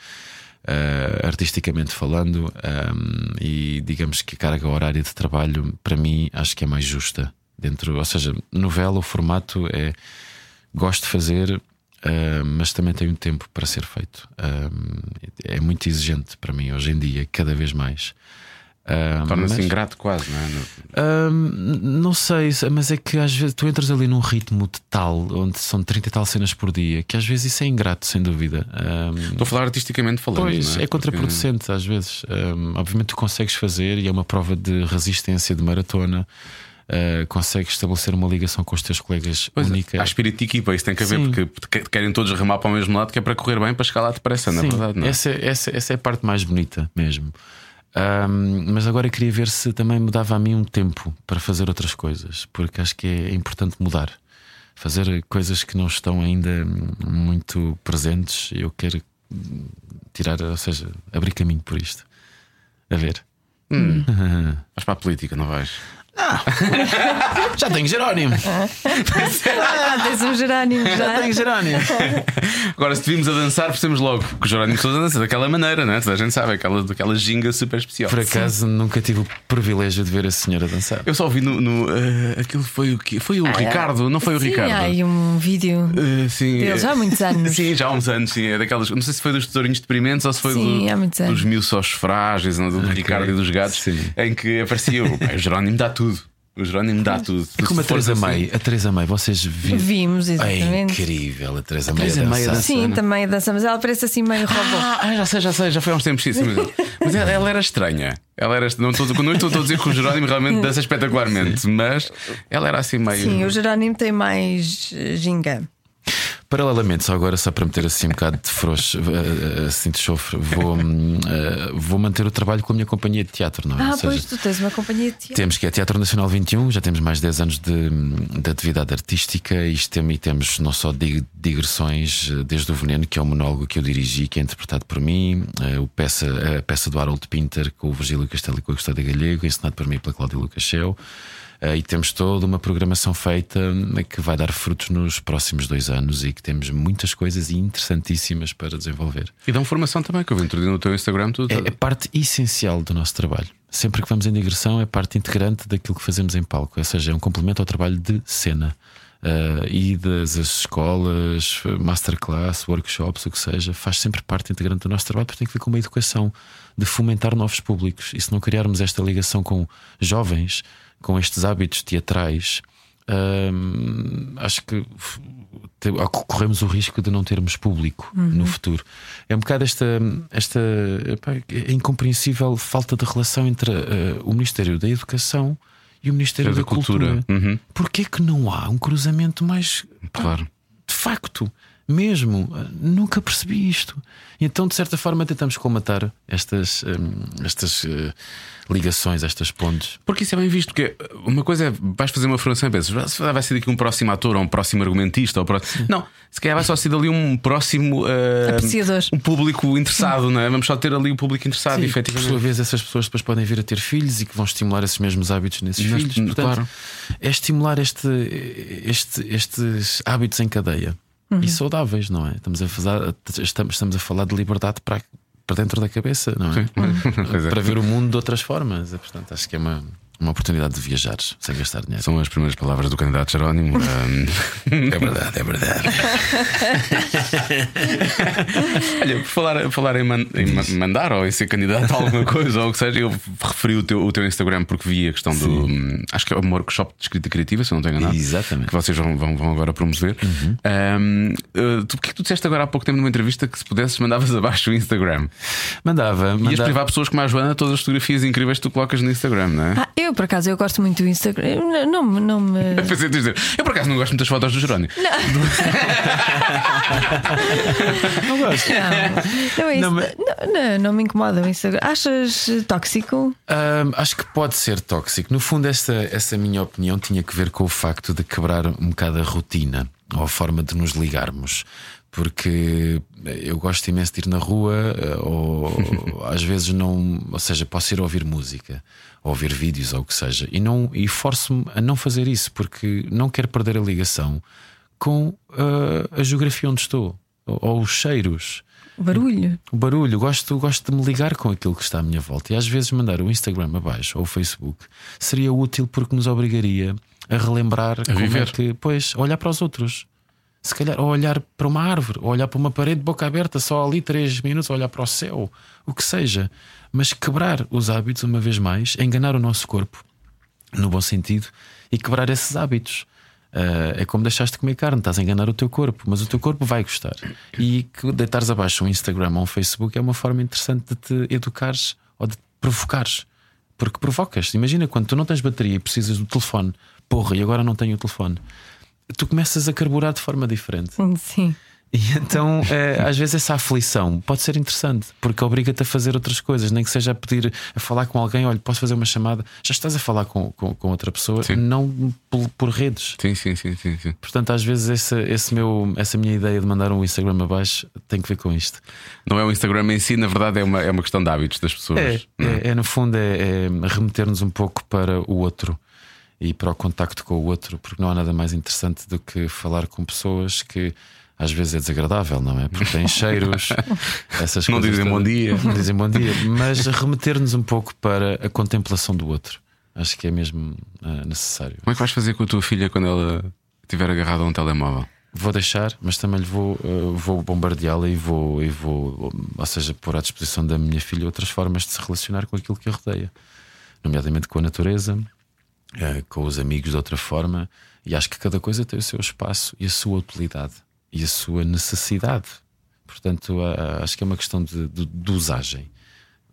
[SPEAKER 5] ah, artisticamente falando, ahm, e digamos que a carga horária de trabalho, para mim, acho que é mais justa. Dentro, ou seja, novela, o formato é gosto de fazer, ah, mas também tem um tempo para ser feito. Ahm, é muito exigente para mim hoje em dia, cada vez mais. Ahm,
[SPEAKER 2] Torna-se
[SPEAKER 5] mas-
[SPEAKER 2] ingrato quase, não é? No-
[SPEAKER 5] Hum, não sei, mas é que às vezes tu entras ali num ritmo de tal, onde são 30 e tal cenas por dia, que às vezes isso é ingrato, sem dúvida. Hum,
[SPEAKER 2] Estou a falar artisticamente falando.
[SPEAKER 5] pois,
[SPEAKER 2] não
[SPEAKER 5] é,
[SPEAKER 2] é?
[SPEAKER 5] contraproducente às vezes. Hum, obviamente tu consegues fazer e é uma prova de resistência, de maratona. Uh, consegues estabelecer uma ligação com os teus colegas
[SPEAKER 2] Pois, é.
[SPEAKER 5] única.
[SPEAKER 2] Há espírito de equipa, isso tem que haver,
[SPEAKER 5] Sim.
[SPEAKER 2] porque que- querem todos remar para o mesmo lado, que é para correr bem, para chegar lá depressa, na
[SPEAKER 5] Sim,
[SPEAKER 2] verdade, não é?
[SPEAKER 5] Essa, essa, essa é a parte mais bonita mesmo. Ahm, mas agora queria ver se também me dava a mim um tempo para fazer outras coisas, porque acho que é importante mudar. Fazer coisas que não estão ainda hum, muito presentes, eu quero hum, tirar, ou seja, abrir caminho por isto. A ver.
[SPEAKER 2] Vais para a política, não vais?
[SPEAKER 5] Já tenho Jerónimo!
[SPEAKER 3] Ah, tens um
[SPEAKER 5] [laughs]
[SPEAKER 3] gerânimo já.
[SPEAKER 5] Jerónimo!
[SPEAKER 2] Agora, se te vimos a dançar, percebemos logo que o Jerónimo Sousa dança daquela maneira, não é? Toda a gente sabe, aquela, aquela ginga super especial.
[SPEAKER 5] Por acaso nunca tive o privilégio de ver a senhora dançar.
[SPEAKER 2] Eu só vi no. no, eh, aquilo foi o quê?
[SPEAKER 5] Ah,
[SPEAKER 2] Foi o
[SPEAKER 5] é?
[SPEAKER 2] Ricardo, não foi o
[SPEAKER 3] Sim,
[SPEAKER 2] Ricardo?
[SPEAKER 3] há aí um vídeo.
[SPEAKER 2] Eh, sim.
[SPEAKER 3] Dele já
[SPEAKER 2] [laughs]
[SPEAKER 3] há muitos anos.
[SPEAKER 2] Sim, já há uns anos, sim. É daquelas. Não sei se foi dos tesourinhos deprimentes ou se foi
[SPEAKER 3] Sim,
[SPEAKER 2] do-
[SPEAKER 3] há muitos anos.
[SPEAKER 2] dos mil sós frágeis, não, do Ricardo e dos gatos,
[SPEAKER 5] Sim.
[SPEAKER 2] em que aparecia o, "Pá, o Jerónimo dá tudo. O Jerónimo dá tudo.
[SPEAKER 5] É como a
[SPEAKER 2] Se fores
[SPEAKER 5] Teresa
[SPEAKER 2] assim-
[SPEAKER 5] May. A Teresa May, vocês viram?
[SPEAKER 3] Vimos,
[SPEAKER 5] É
[SPEAKER 3] exatamente.
[SPEAKER 5] incrível a Teresa May
[SPEAKER 2] Teresa
[SPEAKER 5] a
[SPEAKER 2] May a
[SPEAKER 5] dançar.
[SPEAKER 3] Sim, também a dança, mas ela parece assim meio robô.
[SPEAKER 2] Ah, ah, já sei, já sei, já foi há uns tempos. Sim, sim, mas mas ela, ela era estranha. Ela era, est- não estou não estou a dizer que o Jerónimo realmente dança espetacularmente, mas ela era assim meio.
[SPEAKER 3] Sim, o Jerónimo tem mais eh, ginga.
[SPEAKER 5] Paralelamente, só agora, só para meter assim um bocado de frouxo, eh, eh, assim de chofre, vou, hum, eh, vou manter o trabalho com a minha companhia de teatro, não é?
[SPEAKER 3] Ah,
[SPEAKER 5] Ou seja,
[SPEAKER 3] pois tu tens uma companhia de teatro.
[SPEAKER 5] Temos que é Teatro Nacional 21, já temos mais de 10 anos de, de atividade artística isto tem- e temos não só dig- digressões, eh, desde o Veneno, que é um monólogo que eu dirigi, que é interpretado por mim, eh, o peça, a peça do Harold Pinter com o Virgílio Castelo e com a Gustavo Galego, ensinado por mim e pela Cláudia Lucachel. Eh, E temos toda uma programação feita eh, que vai dar frutos nos próximos dois anos e que temos muitas coisas interessantíssimas para desenvolver.
[SPEAKER 2] E dão formação também, que eu vi introduzido no teu Instagram. Tudo,
[SPEAKER 5] É, é parte essencial do nosso trabalho. Sempre que vamos em digressão, é parte integrante daquilo que fazemos em palco, ou seja, é um complemento ao trabalho de cena. Ah, idas às escolas, masterclass, workshops, o que seja, faz sempre parte integrante do nosso trabalho, porque tem que ver com uma educação de fomentar novos públicos. E se não criarmos esta ligação com jovens, com estes hábitos teatrais, Hum, acho que f- te- corremos o risco de não termos público no futuro. É um bocado esta, esta epá, é incompreensível falta de relação entre eh, o Ministério da Educação e o Ministério
[SPEAKER 2] Da
[SPEAKER 5] da,
[SPEAKER 2] Cultura.
[SPEAKER 5] Cultura. é
[SPEAKER 2] Uhum.
[SPEAKER 5] Porquê que não há um cruzamento mais pá,
[SPEAKER 2] Claro.
[SPEAKER 5] de facto? Mesmo, eh, nunca percebi isto. Então, de certa forma, tentamos colmatar estas, eh, estas eh, ligações, estas pontes.
[SPEAKER 2] Porque isso é bem visto, porque uma coisa é vais fazer uma formação e pensas, "Ah, vai ser daqui um próximo ator ou um próximo argumentista. Ou próximo... Não, se calhar vai só ser dali um próximo ah,
[SPEAKER 3] Apreciador.
[SPEAKER 2] um público interessado, não é? Vamos só ter ali o público interessado,
[SPEAKER 5] Sim, por
[SPEAKER 2] efetivamente.
[SPEAKER 5] sua vez, essas pessoas depois podem vir a ter filhos e que vão estimular esses mesmos hábitos nesses
[SPEAKER 2] Nós-
[SPEAKER 5] filhos. Portanto,
[SPEAKER 2] claro.
[SPEAKER 5] é estimular este, este- estes hábitos em cadeia
[SPEAKER 2] Uhum.
[SPEAKER 5] e saudáveis, não é? Estamos a, fazer, estamos, estamos a falar de liberdade para, para dentro da cabeça, não é?
[SPEAKER 2] [laughs] Pois é.
[SPEAKER 5] Para ver o mundo de outras formas. É, Portanto, acho que é uma, uma oportunidade de viajar sem gastar dinheiro.
[SPEAKER 2] São as primeiras palavras do candidato Jerónimo. Ah,
[SPEAKER 5] [laughs]
[SPEAKER 2] é verdade, é verdade. Olha, por falar, por falar em, man- em ma- mandar ou em ser candidato a alguma coisa ou o que seja, eu referi o teu, o teu Instagram porque vi a questão do. hum, Acho que é um workshop de escrita criativa, se eu não estou enganado.
[SPEAKER 5] Exatamente. Uhum.
[SPEAKER 2] Que vocês vão, vão, vão agora promover. Ahm, ah, tu, porque tu disseste agora há pouco tempo numa entrevista que se pudesses mandavas [laughs] abaixo o Instagram.
[SPEAKER 5] Mandava,
[SPEAKER 2] Ias
[SPEAKER 5] mandava.
[SPEAKER 2] privar pessoas como a Joana de todas as fotografias incríveis que tu colocas no Instagram, não é?
[SPEAKER 3] Ah, eu, por acaso, eu gosto muito do Instagram. Eu Não, não, me- não me.
[SPEAKER 2] [laughs] Pensei em dizer, eu por acaso não gosto muito das fotos do Jerónimo.
[SPEAKER 5] Não gosto.
[SPEAKER 3] Não, é isso.
[SPEAKER 5] Não,
[SPEAKER 3] Não,
[SPEAKER 5] mas-
[SPEAKER 3] não, não me incomoda o Instagram. Achas eh, tóxico?
[SPEAKER 5] Hum, acho que pode ser tóxico. No fundo, essa, essa minha opinião tinha que ver com o facto de quebrar um bocado a rotina ou a forma de nos ligarmos. Porque eu gosto imenso de ir na rua, eh, ou às vezes não. Ou seja, posso ir ouvir música, ou ouvir vídeos, ou o que seja. E, não- e forço-me a não fazer isso, porque não quero perder a ligação com eh, a geografia onde estou, ou- ou os cheiros.
[SPEAKER 3] O barulho?
[SPEAKER 5] O barulho, gosto, gosto de me ligar com aquilo que está à minha volta. E às vezes mandar o Instagram abaixo ou o Facebook seria útil porque nos obrigaria a relembrar a
[SPEAKER 2] viver.
[SPEAKER 5] que, pois, a olhar para os outros. Se calhar, ou olhar para uma árvore, ou olhar para uma parede boca aberta, só ali três minutos, ou olhar para o céu, o que seja. Mas quebrar os hábitos uma vez mais, é enganar o nosso corpo no bom sentido, e quebrar esses hábitos. Ah, é como deixaste de comer carne, estás a enganar o teu corpo, mas o teu corpo vai gostar. E que deitares abaixo um Instagram ou um Facebook é uma forma interessante de te educares ou de te provocares. Porque provocas. Imagina quando tu não tens bateria e precisas do telefone, porra, e agora não tenho o telefone. Tu começas a carburar de forma diferente.
[SPEAKER 3] Sim.
[SPEAKER 5] E então, eh, às vezes, essa aflição pode ser interessante, porque obriga-te a fazer outras coisas, nem que seja a pedir, a falar com alguém, olha, posso fazer uma chamada. Já estás a falar com, com, com outra pessoa,
[SPEAKER 2] Sim.
[SPEAKER 5] não por, por redes.
[SPEAKER 2] Sim, sim, sim, sim, sim.
[SPEAKER 5] Portanto, às vezes, essa, esse meu, essa minha ideia de mandar um Instagram abaixo tem que ver com isto.
[SPEAKER 2] Não é o Instagram em si, na verdade é uma, é uma questão de hábitos das pessoas.
[SPEAKER 5] É, é, é, no fundo, é, é remeter-nos um pouco para o outro e para o contacto com o outro, porque não há nada mais interessante do que falar com pessoas que às vezes é desagradável, não é? Porque têm
[SPEAKER 2] [laughs]
[SPEAKER 5] cheiros, essas
[SPEAKER 2] Não
[SPEAKER 5] coisas
[SPEAKER 2] dizem
[SPEAKER 5] todas.
[SPEAKER 2] bom dia.
[SPEAKER 5] Não dizem bom dia, mas remeter-nos um pouco para a contemplação do outro. Acho que é mesmo ah, necessário.
[SPEAKER 2] Como é que vais fazer com a tua filha quando ela estiver agarrada a um telemóvel?
[SPEAKER 5] Vou deixar, mas também lhe vou, eh, vou bombardeá-la e vou, e vou, ou seja, pôr à disposição da minha filha outras formas de se relacionar com aquilo que a rodeia, nomeadamente com a natureza, eh, com os amigos de outra forma. E acho que cada coisa tem o seu espaço e a sua utilidade e a sua necessidade. Portanto, a- a- acho que é uma questão de, de, de usagem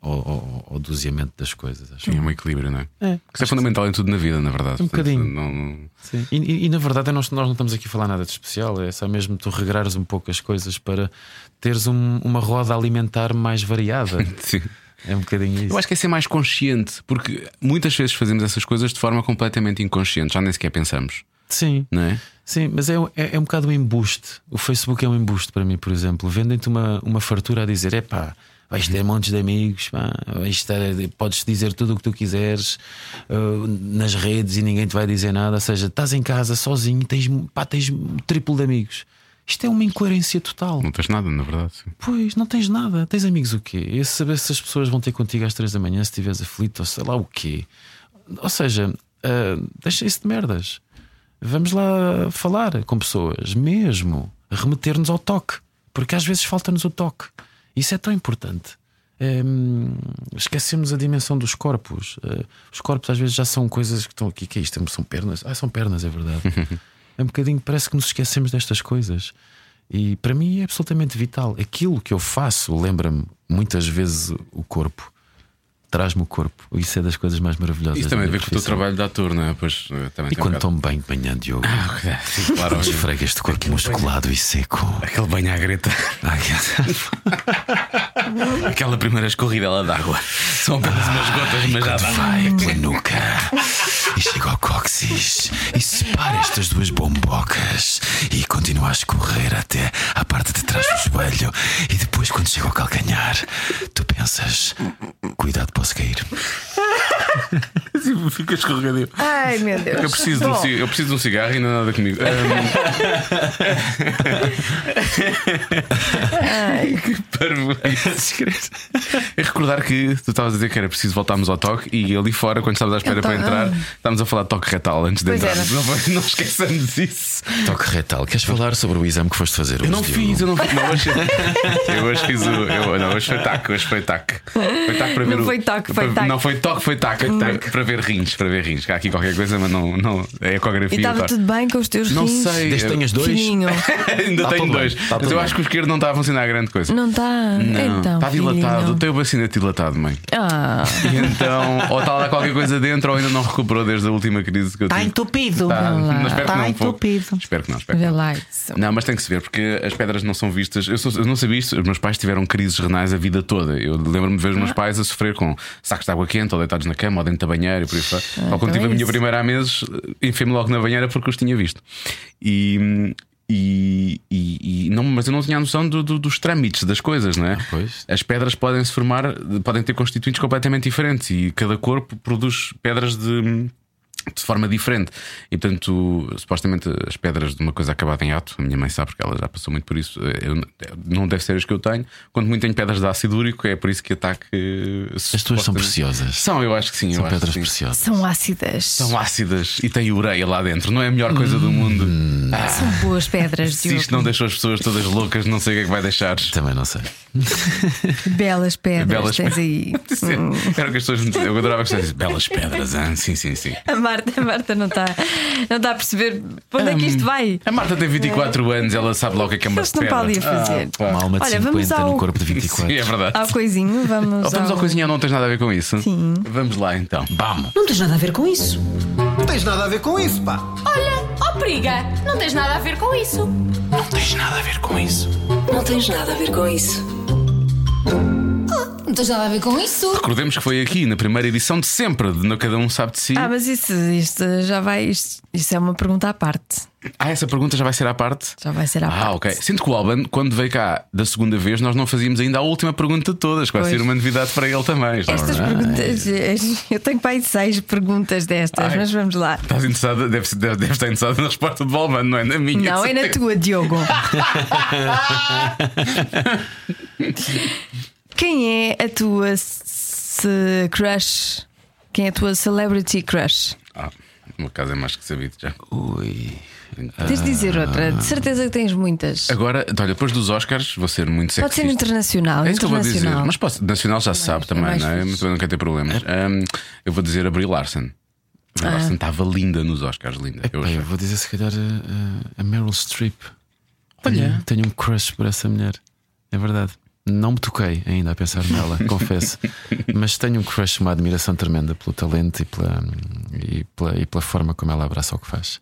[SPEAKER 5] ou, ou, ou doseamento das coisas. Acho.
[SPEAKER 2] É um equilíbrio, não é?
[SPEAKER 5] É,
[SPEAKER 2] Que Isso é fundamental em tudo na vida, na verdade.
[SPEAKER 5] Um
[SPEAKER 2] Portanto,
[SPEAKER 5] bocadinho.
[SPEAKER 2] não- não-
[SPEAKER 5] Sim. E, e- e, na verdade nós, nós não estamos aqui a falar nada de especial, é só mesmo tu regrares um pouco as coisas para teres um- uma roda alimentar mais
[SPEAKER 2] [laughs]
[SPEAKER 5] variada.
[SPEAKER 2] Sim.
[SPEAKER 5] é um bocadinho isso.
[SPEAKER 2] Eu acho que é ser mais consciente, porque muitas vezes fazemos essas coisas de forma completamente inconsciente, já nem sequer pensamos,
[SPEAKER 5] Sim,
[SPEAKER 2] não é?
[SPEAKER 5] sim, mas é, é, é um bocado um embuste. O Facebook é um embuste para mim, por exemplo. Vendem-te uma, uma fartura a dizer: epá, vais ter montes de amigos, pá, vais ter, podes dizer tudo o que tu quiseres uh, nas redes e ninguém te vai dizer nada. Ou seja, estás em casa sozinho, tens, pá, tens o triplo de amigos. Isto é uma incoerência total.
[SPEAKER 2] Não tens nada, na verdade. Sim.
[SPEAKER 5] Pois, não tens nada. Tens amigos o quê? E saber se as pessoas vão ter contigo às três da manhã se estiveres aflito ou sei lá o quê. Ou seja, ah, deixa isso de merdas. Vamos lá falar com pessoas, mesmo. Remeter-nos ao toque. Porque às vezes falta-nos o toque. Isso é tão importante. Eh, esquecemos a dimensão dos corpos. Eh, os corpos às vezes já são coisas que estão aqui. que é isto? São pernas? Ah, são pernas,
[SPEAKER 2] [laughs]
[SPEAKER 5] é verdade. é um bocadinho, parece que nos esquecemos destas coisas. E para mim é absolutamente vital. Aquilo que eu faço lembra-me muitas vezes o corpo. traz-me o corpo. Isso é das coisas mais maravilhosas.
[SPEAKER 2] Isso
[SPEAKER 5] da
[SPEAKER 2] também
[SPEAKER 5] minha
[SPEAKER 2] vê com o teu
[SPEAKER 5] profissão.
[SPEAKER 2] trabalho de ator, não é? Pois eh, também
[SPEAKER 5] E
[SPEAKER 2] tem um
[SPEAKER 5] quando
[SPEAKER 2] bocado- Ah,
[SPEAKER 5] tomo banho de manhã, Diogo,
[SPEAKER 2] [laughs] Sim, claro.
[SPEAKER 5] quando esfrega este corpo musculado e seco.
[SPEAKER 2] [laughs] Aquele banho à greta.
[SPEAKER 5] Ai, que-
[SPEAKER 2] Aquela primeira escorridela d'água. São apenas um umas gotas, mas já dá.
[SPEAKER 5] Vai pela nuca e chega ao cóccix e separa estas duas bombocas e continua a escorrer até à parte de trás do joelho. E depois, quando chega ao calcanhar, tu pensas: cuidado, posso cair.
[SPEAKER 2] Fica escorregadio.
[SPEAKER 3] Ai, meu Deus.
[SPEAKER 2] Eu preciso, de um, ci- eu preciso de um cigarro e não há nada
[SPEAKER 3] [laughs]
[SPEAKER 2] comigo. Ahm. que parvoíce. É recordar que tu estavas a dizer que era preciso voltarmos ao toque e ali fora, quando estávamos à espera
[SPEAKER 3] Eu
[SPEAKER 2] para
[SPEAKER 3] to-
[SPEAKER 2] entrar, estávamos a falar de toque retal antes de
[SPEAKER 3] Pois
[SPEAKER 2] entrar.
[SPEAKER 3] era.
[SPEAKER 2] Não, vai- não esqueçamos isso.
[SPEAKER 5] Toque retal, queres falar sobre o exame que foste fazer hoje?
[SPEAKER 2] Eu não
[SPEAKER 5] Diogo?
[SPEAKER 2] fiz, eu não fiz. Não,
[SPEAKER 3] [laughs]
[SPEAKER 2] hoje, eu hoje fiz o. Eu, não, hoje foi tac, hoje foi tac. Foi tac para
[SPEAKER 3] Não
[SPEAKER 2] ver o-
[SPEAKER 3] foi toque, foi é
[SPEAKER 2] para-
[SPEAKER 3] tac.
[SPEAKER 2] Não foi toque, foi tac. tac, Para ver rins, para ver rins. Há aqui qualquer coisa, mas não, não é
[SPEAKER 3] E
[SPEAKER 2] ecografia.
[SPEAKER 3] estava
[SPEAKER 2] tá.
[SPEAKER 3] tudo bem com os teus
[SPEAKER 2] Não
[SPEAKER 3] rins?
[SPEAKER 2] sei.
[SPEAKER 5] Destenhas dois?
[SPEAKER 2] [laughs]
[SPEAKER 3] Filhinho.
[SPEAKER 2] Ainda
[SPEAKER 5] Tá
[SPEAKER 2] tenho
[SPEAKER 5] tudo bem,
[SPEAKER 2] dois.
[SPEAKER 5] tá
[SPEAKER 2] mas eu
[SPEAKER 5] tudo
[SPEAKER 2] acho
[SPEAKER 5] bem.
[SPEAKER 2] que o esquerdo não está a funcionar grande coisa.
[SPEAKER 3] Não está? Então,
[SPEAKER 2] está Tá dilatado.
[SPEAKER 3] filhinho.
[SPEAKER 2] O teu vacina dilatado, mãe.
[SPEAKER 3] Ah,
[SPEAKER 2] E então, ou está lá qualquer coisa dentro, ou ainda não recuperou desde a última crise que eu
[SPEAKER 6] Está
[SPEAKER 2] tive.
[SPEAKER 6] entupido.
[SPEAKER 2] Tá,
[SPEAKER 3] Vê lá.
[SPEAKER 2] mas espero que
[SPEAKER 6] Tá
[SPEAKER 2] não. pô.
[SPEAKER 6] entupido.
[SPEAKER 2] Espero que não, espero que
[SPEAKER 3] vê
[SPEAKER 2] não.
[SPEAKER 3] lá isso.
[SPEAKER 2] Não, mas tem que se ver, porque as pedras não são vistas. Eu, sou- eu não sabia isto, os meus pais tiveram crises renais a vida toda. Eu lembro-me de ver os
[SPEAKER 3] Ah.
[SPEAKER 2] meus pais a sofrer com sacos de água quente, ou deitados na cama, ou dentro da banheira, e por aí fora. Ou quando
[SPEAKER 3] então
[SPEAKER 2] tive
[SPEAKER 3] é
[SPEAKER 2] a minha
[SPEAKER 3] isso.
[SPEAKER 2] primeira há meses, enfim-me logo na banheira porque os tinha visto. E. E, e- e- não, mas eu não tinha a noção do- do- dos trâmites das coisas, não é?
[SPEAKER 5] pois.
[SPEAKER 2] As pedras podem se formar, podem ter constituintes completamente diferentes e cada corpo produz pedras de, de forma diferente. E portanto, supostamente as pedras de uma coisa acabada em ato, a minha mãe sabe porque ela já passou muito por isso, eh, eu- não deve ser as que eu tenho. Quando muito tenho pedras de ácido úrico, é por isso que ataque. eh,
[SPEAKER 5] As tuas são
[SPEAKER 2] supostamente-
[SPEAKER 5] preciosas.
[SPEAKER 2] São, eu acho que sim. eu
[SPEAKER 5] São
[SPEAKER 2] acho que
[SPEAKER 5] pedras
[SPEAKER 2] sim.
[SPEAKER 5] preciosas.
[SPEAKER 3] São ácidas. São,
[SPEAKER 2] São ácidas e têm ureia lá dentro, não é a melhor coisa
[SPEAKER 5] Hum.
[SPEAKER 2] do mundo.
[SPEAKER 3] boas pedras,
[SPEAKER 2] Se isto não
[SPEAKER 3] Diogo.
[SPEAKER 2] deixou as pessoas todas loucas, não sei o que é que vai deixar.
[SPEAKER 5] Também não sei.
[SPEAKER 3] Belas pedras
[SPEAKER 2] Belas
[SPEAKER 3] tens aí.
[SPEAKER 2] [laughs]
[SPEAKER 3] Hum.
[SPEAKER 2] Era o que as pessoas me diziam. Eu adorava que as pessoas dissessem, belas pedras, ah, sim, sim, sim.
[SPEAKER 3] A Marta, a Marta não está não tá a perceber para onde é que
[SPEAKER 2] Hum.
[SPEAKER 3] isto vai.
[SPEAKER 2] A Marta tem 24 anos, ela sabe logo o que é que é uma
[SPEAKER 3] Eles não está ali a
[SPEAKER 2] pedra. Ah,
[SPEAKER 3] fazer.
[SPEAKER 5] Uma alma de
[SPEAKER 3] Olha, vamos
[SPEAKER 5] 50
[SPEAKER 3] ao-
[SPEAKER 5] no corpo de
[SPEAKER 2] Sim,
[SPEAKER 5] 24.
[SPEAKER 2] é verdade.
[SPEAKER 3] Ao coisinho, vamos.
[SPEAKER 2] Ou vamos
[SPEAKER 3] ao...
[SPEAKER 2] ao coisinha, não tens nada a ver com isso? Sim. Vamos lá então. Vamos.
[SPEAKER 1] Não tens nada a ver com isso.
[SPEAKER 7] Não tens nada a ver com isso, pá.
[SPEAKER 8] Olha, ó periga, não tens nada a ver com isso.
[SPEAKER 1] Não tens nada a ver com isso.
[SPEAKER 8] Não tens nada a ver com isso.
[SPEAKER 2] Recordemos que foi aqui na primeira edição de sempre, de No Cada Um Sabe de Si.
[SPEAKER 3] Ah,
[SPEAKER 2] Ah,
[SPEAKER 3] mas isso, isto já vai. Isto, isto é uma pergunta à parte.
[SPEAKER 2] Ah, essa pergunta já vai ser à parte?
[SPEAKER 3] Já vai ser à parte.
[SPEAKER 2] Ah, ok. Sinto que o Alban, quando veio cá da segunda vez, nós não fazíamos ainda a última pergunta de todas, que vai
[SPEAKER 3] Pois.
[SPEAKER 2] ser uma novidade para ele também. é?
[SPEAKER 3] Estas
[SPEAKER 2] Alright.
[SPEAKER 3] perguntas, [laughs] eu tenho para aí seis perguntas destas,
[SPEAKER 2] Ai.
[SPEAKER 3] mas vamos lá.
[SPEAKER 2] Estás interessada, deve, deve, deve estar interessada na resposta do Alban, não é na minha.
[SPEAKER 3] Não, é na tua,
[SPEAKER 2] [laughs]
[SPEAKER 3] Diogo. Quem é a tua se- crush? Quem é a tua celebrity crush?
[SPEAKER 2] Ah, o meu caso é mais que sabido já.
[SPEAKER 5] Ui.
[SPEAKER 3] Tens de dizer outra, de certeza que tens muitas.
[SPEAKER 2] Agora, olha, depois dos Oscars, vou ser muito
[SPEAKER 3] Pode ser
[SPEAKER 2] sexista.
[SPEAKER 3] internacional.
[SPEAKER 2] É isso que eu vou dizer.
[SPEAKER 3] internacional.
[SPEAKER 2] Mas posso, nacional já se sabe também,
[SPEAKER 3] mais
[SPEAKER 2] não é?
[SPEAKER 3] fixe.
[SPEAKER 2] Mas também não quero ter problemas. Ahm, eu vou dizer a Brie Larson. A
[SPEAKER 3] Ah.
[SPEAKER 2] Brie Larson estava linda nos Oscars, linda. Eu
[SPEAKER 5] Bem,
[SPEAKER 2] achei.
[SPEAKER 5] eu vou dizer se calhar eh, a- a, a Meryl Streep. Tenho, tenho um crush por essa mulher. É verdade. Não me toquei ainda a pensar nela, confesso. Mas tenho um crush, uma admiração tremenda pelo talento e pela, e pela, e pela forma como ela abraça o que faz.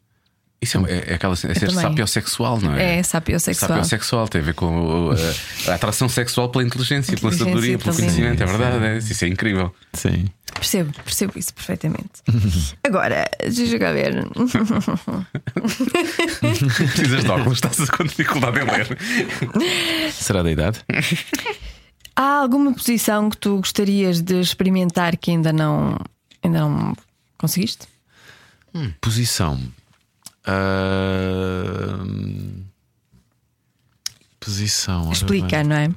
[SPEAKER 2] Isso é, é, é aquela é ser
[SPEAKER 3] também.
[SPEAKER 2] sapiosexual, não é?
[SPEAKER 3] É, sapiosexual.
[SPEAKER 2] Sapiosexual tem a ver com uh, a, atração sexual pela inteligência, pela
[SPEAKER 3] Inteligência
[SPEAKER 2] sabedoria, pelo
[SPEAKER 3] também.
[SPEAKER 2] conhecimento. É
[SPEAKER 5] Sim,
[SPEAKER 2] verdade, é, isso é incrível.
[SPEAKER 5] Sim.
[SPEAKER 3] Percebo, percebo isso perfeitamente. [laughs] Agora, deixa eu cá ver.
[SPEAKER 2] Precisas de óculos, estás com dificuldade em ler.
[SPEAKER 5] Será da idade?
[SPEAKER 3] [laughs] Há alguma posição que tu gostarias de experimentar que ainda não, ainda não conseguiste?
[SPEAKER 5] Posição. Ah, Ahm, hum, Posição. ora
[SPEAKER 3] Explica, não é?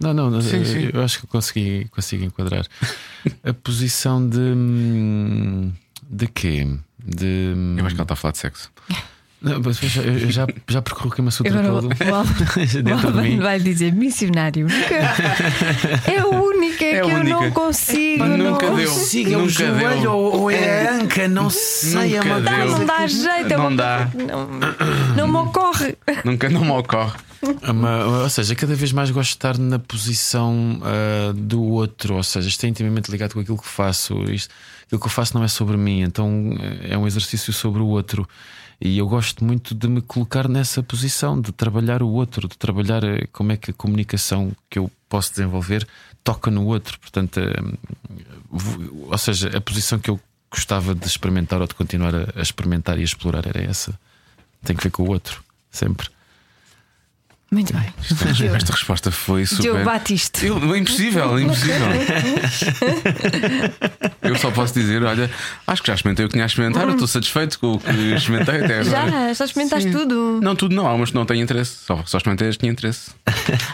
[SPEAKER 5] Não, não, não,
[SPEAKER 2] Sim,
[SPEAKER 5] eu-
[SPEAKER 2] sim.
[SPEAKER 5] eu acho que consegui, consigo enquadrar. A posição de. hum, de quê? De. hum,
[SPEAKER 2] Eu acho que ela está a falar de sexo.
[SPEAKER 5] não, mas veja, eu eu já, já percorro o Kama Sutra
[SPEAKER 3] Agora o,
[SPEAKER 5] todo [laughs]
[SPEAKER 3] o Al-
[SPEAKER 2] [laughs]
[SPEAKER 3] o
[SPEAKER 5] dentro de
[SPEAKER 3] Alban
[SPEAKER 5] mim.
[SPEAKER 3] vai dizer missionário. Nunca- É a única
[SPEAKER 2] É a
[SPEAKER 3] que eu não
[SPEAKER 2] única.
[SPEAKER 3] consigo.
[SPEAKER 2] Mas
[SPEAKER 3] não-
[SPEAKER 2] nunca deu.
[SPEAKER 6] Siga o
[SPEAKER 2] Nunca
[SPEAKER 6] um joelho
[SPEAKER 2] deu.
[SPEAKER 6] ou, ou é a anca, não sei. é
[SPEAKER 2] Nunca
[SPEAKER 6] uma
[SPEAKER 2] deu.
[SPEAKER 6] coisa
[SPEAKER 3] Não dá
[SPEAKER 6] que-
[SPEAKER 3] jeito, é
[SPEAKER 2] Não
[SPEAKER 3] uma
[SPEAKER 2] dá.
[SPEAKER 3] coisa que Não, não me ocorre.
[SPEAKER 2] Nunca não me ocorre.
[SPEAKER 5] É uma- ou seja, cada vez mais gosto de estar na posição ah, do outro, ou seja, isto é intimamente ligado com aquilo que faço. Isto, aquilo que eu faço não é sobre mim, então eh, é um exercício sobre o outro. E eu gosto muito de me colocar nessa posição, de trabalhar o outro, de trabalhar eh, como é que a comunicação que eu posso desenvolver toca no outro. Portanto, eh, vo- ou seja, a posição que eu gostava de experimentar ou de continuar a- a experimentar e a explorar era essa. Tem que ver com o outro, sempre.
[SPEAKER 3] Muito bem.
[SPEAKER 2] Esta resposta foi
[SPEAKER 3] Diogo
[SPEAKER 2] super.
[SPEAKER 3] Batiste.
[SPEAKER 2] Eu- é impossível,
[SPEAKER 3] [laughs]
[SPEAKER 2] impossível. eu só posso dizer: olha, acho que já experimentei o que tinha a experimentar, eu estou satisfeito com o que experimentei até agora.
[SPEAKER 3] Já, já experimentaste
[SPEAKER 2] Sim.
[SPEAKER 3] tudo.
[SPEAKER 2] Não, tudo não. Há umas que não têm interesse. Só, só experimentei as que tinham interesse.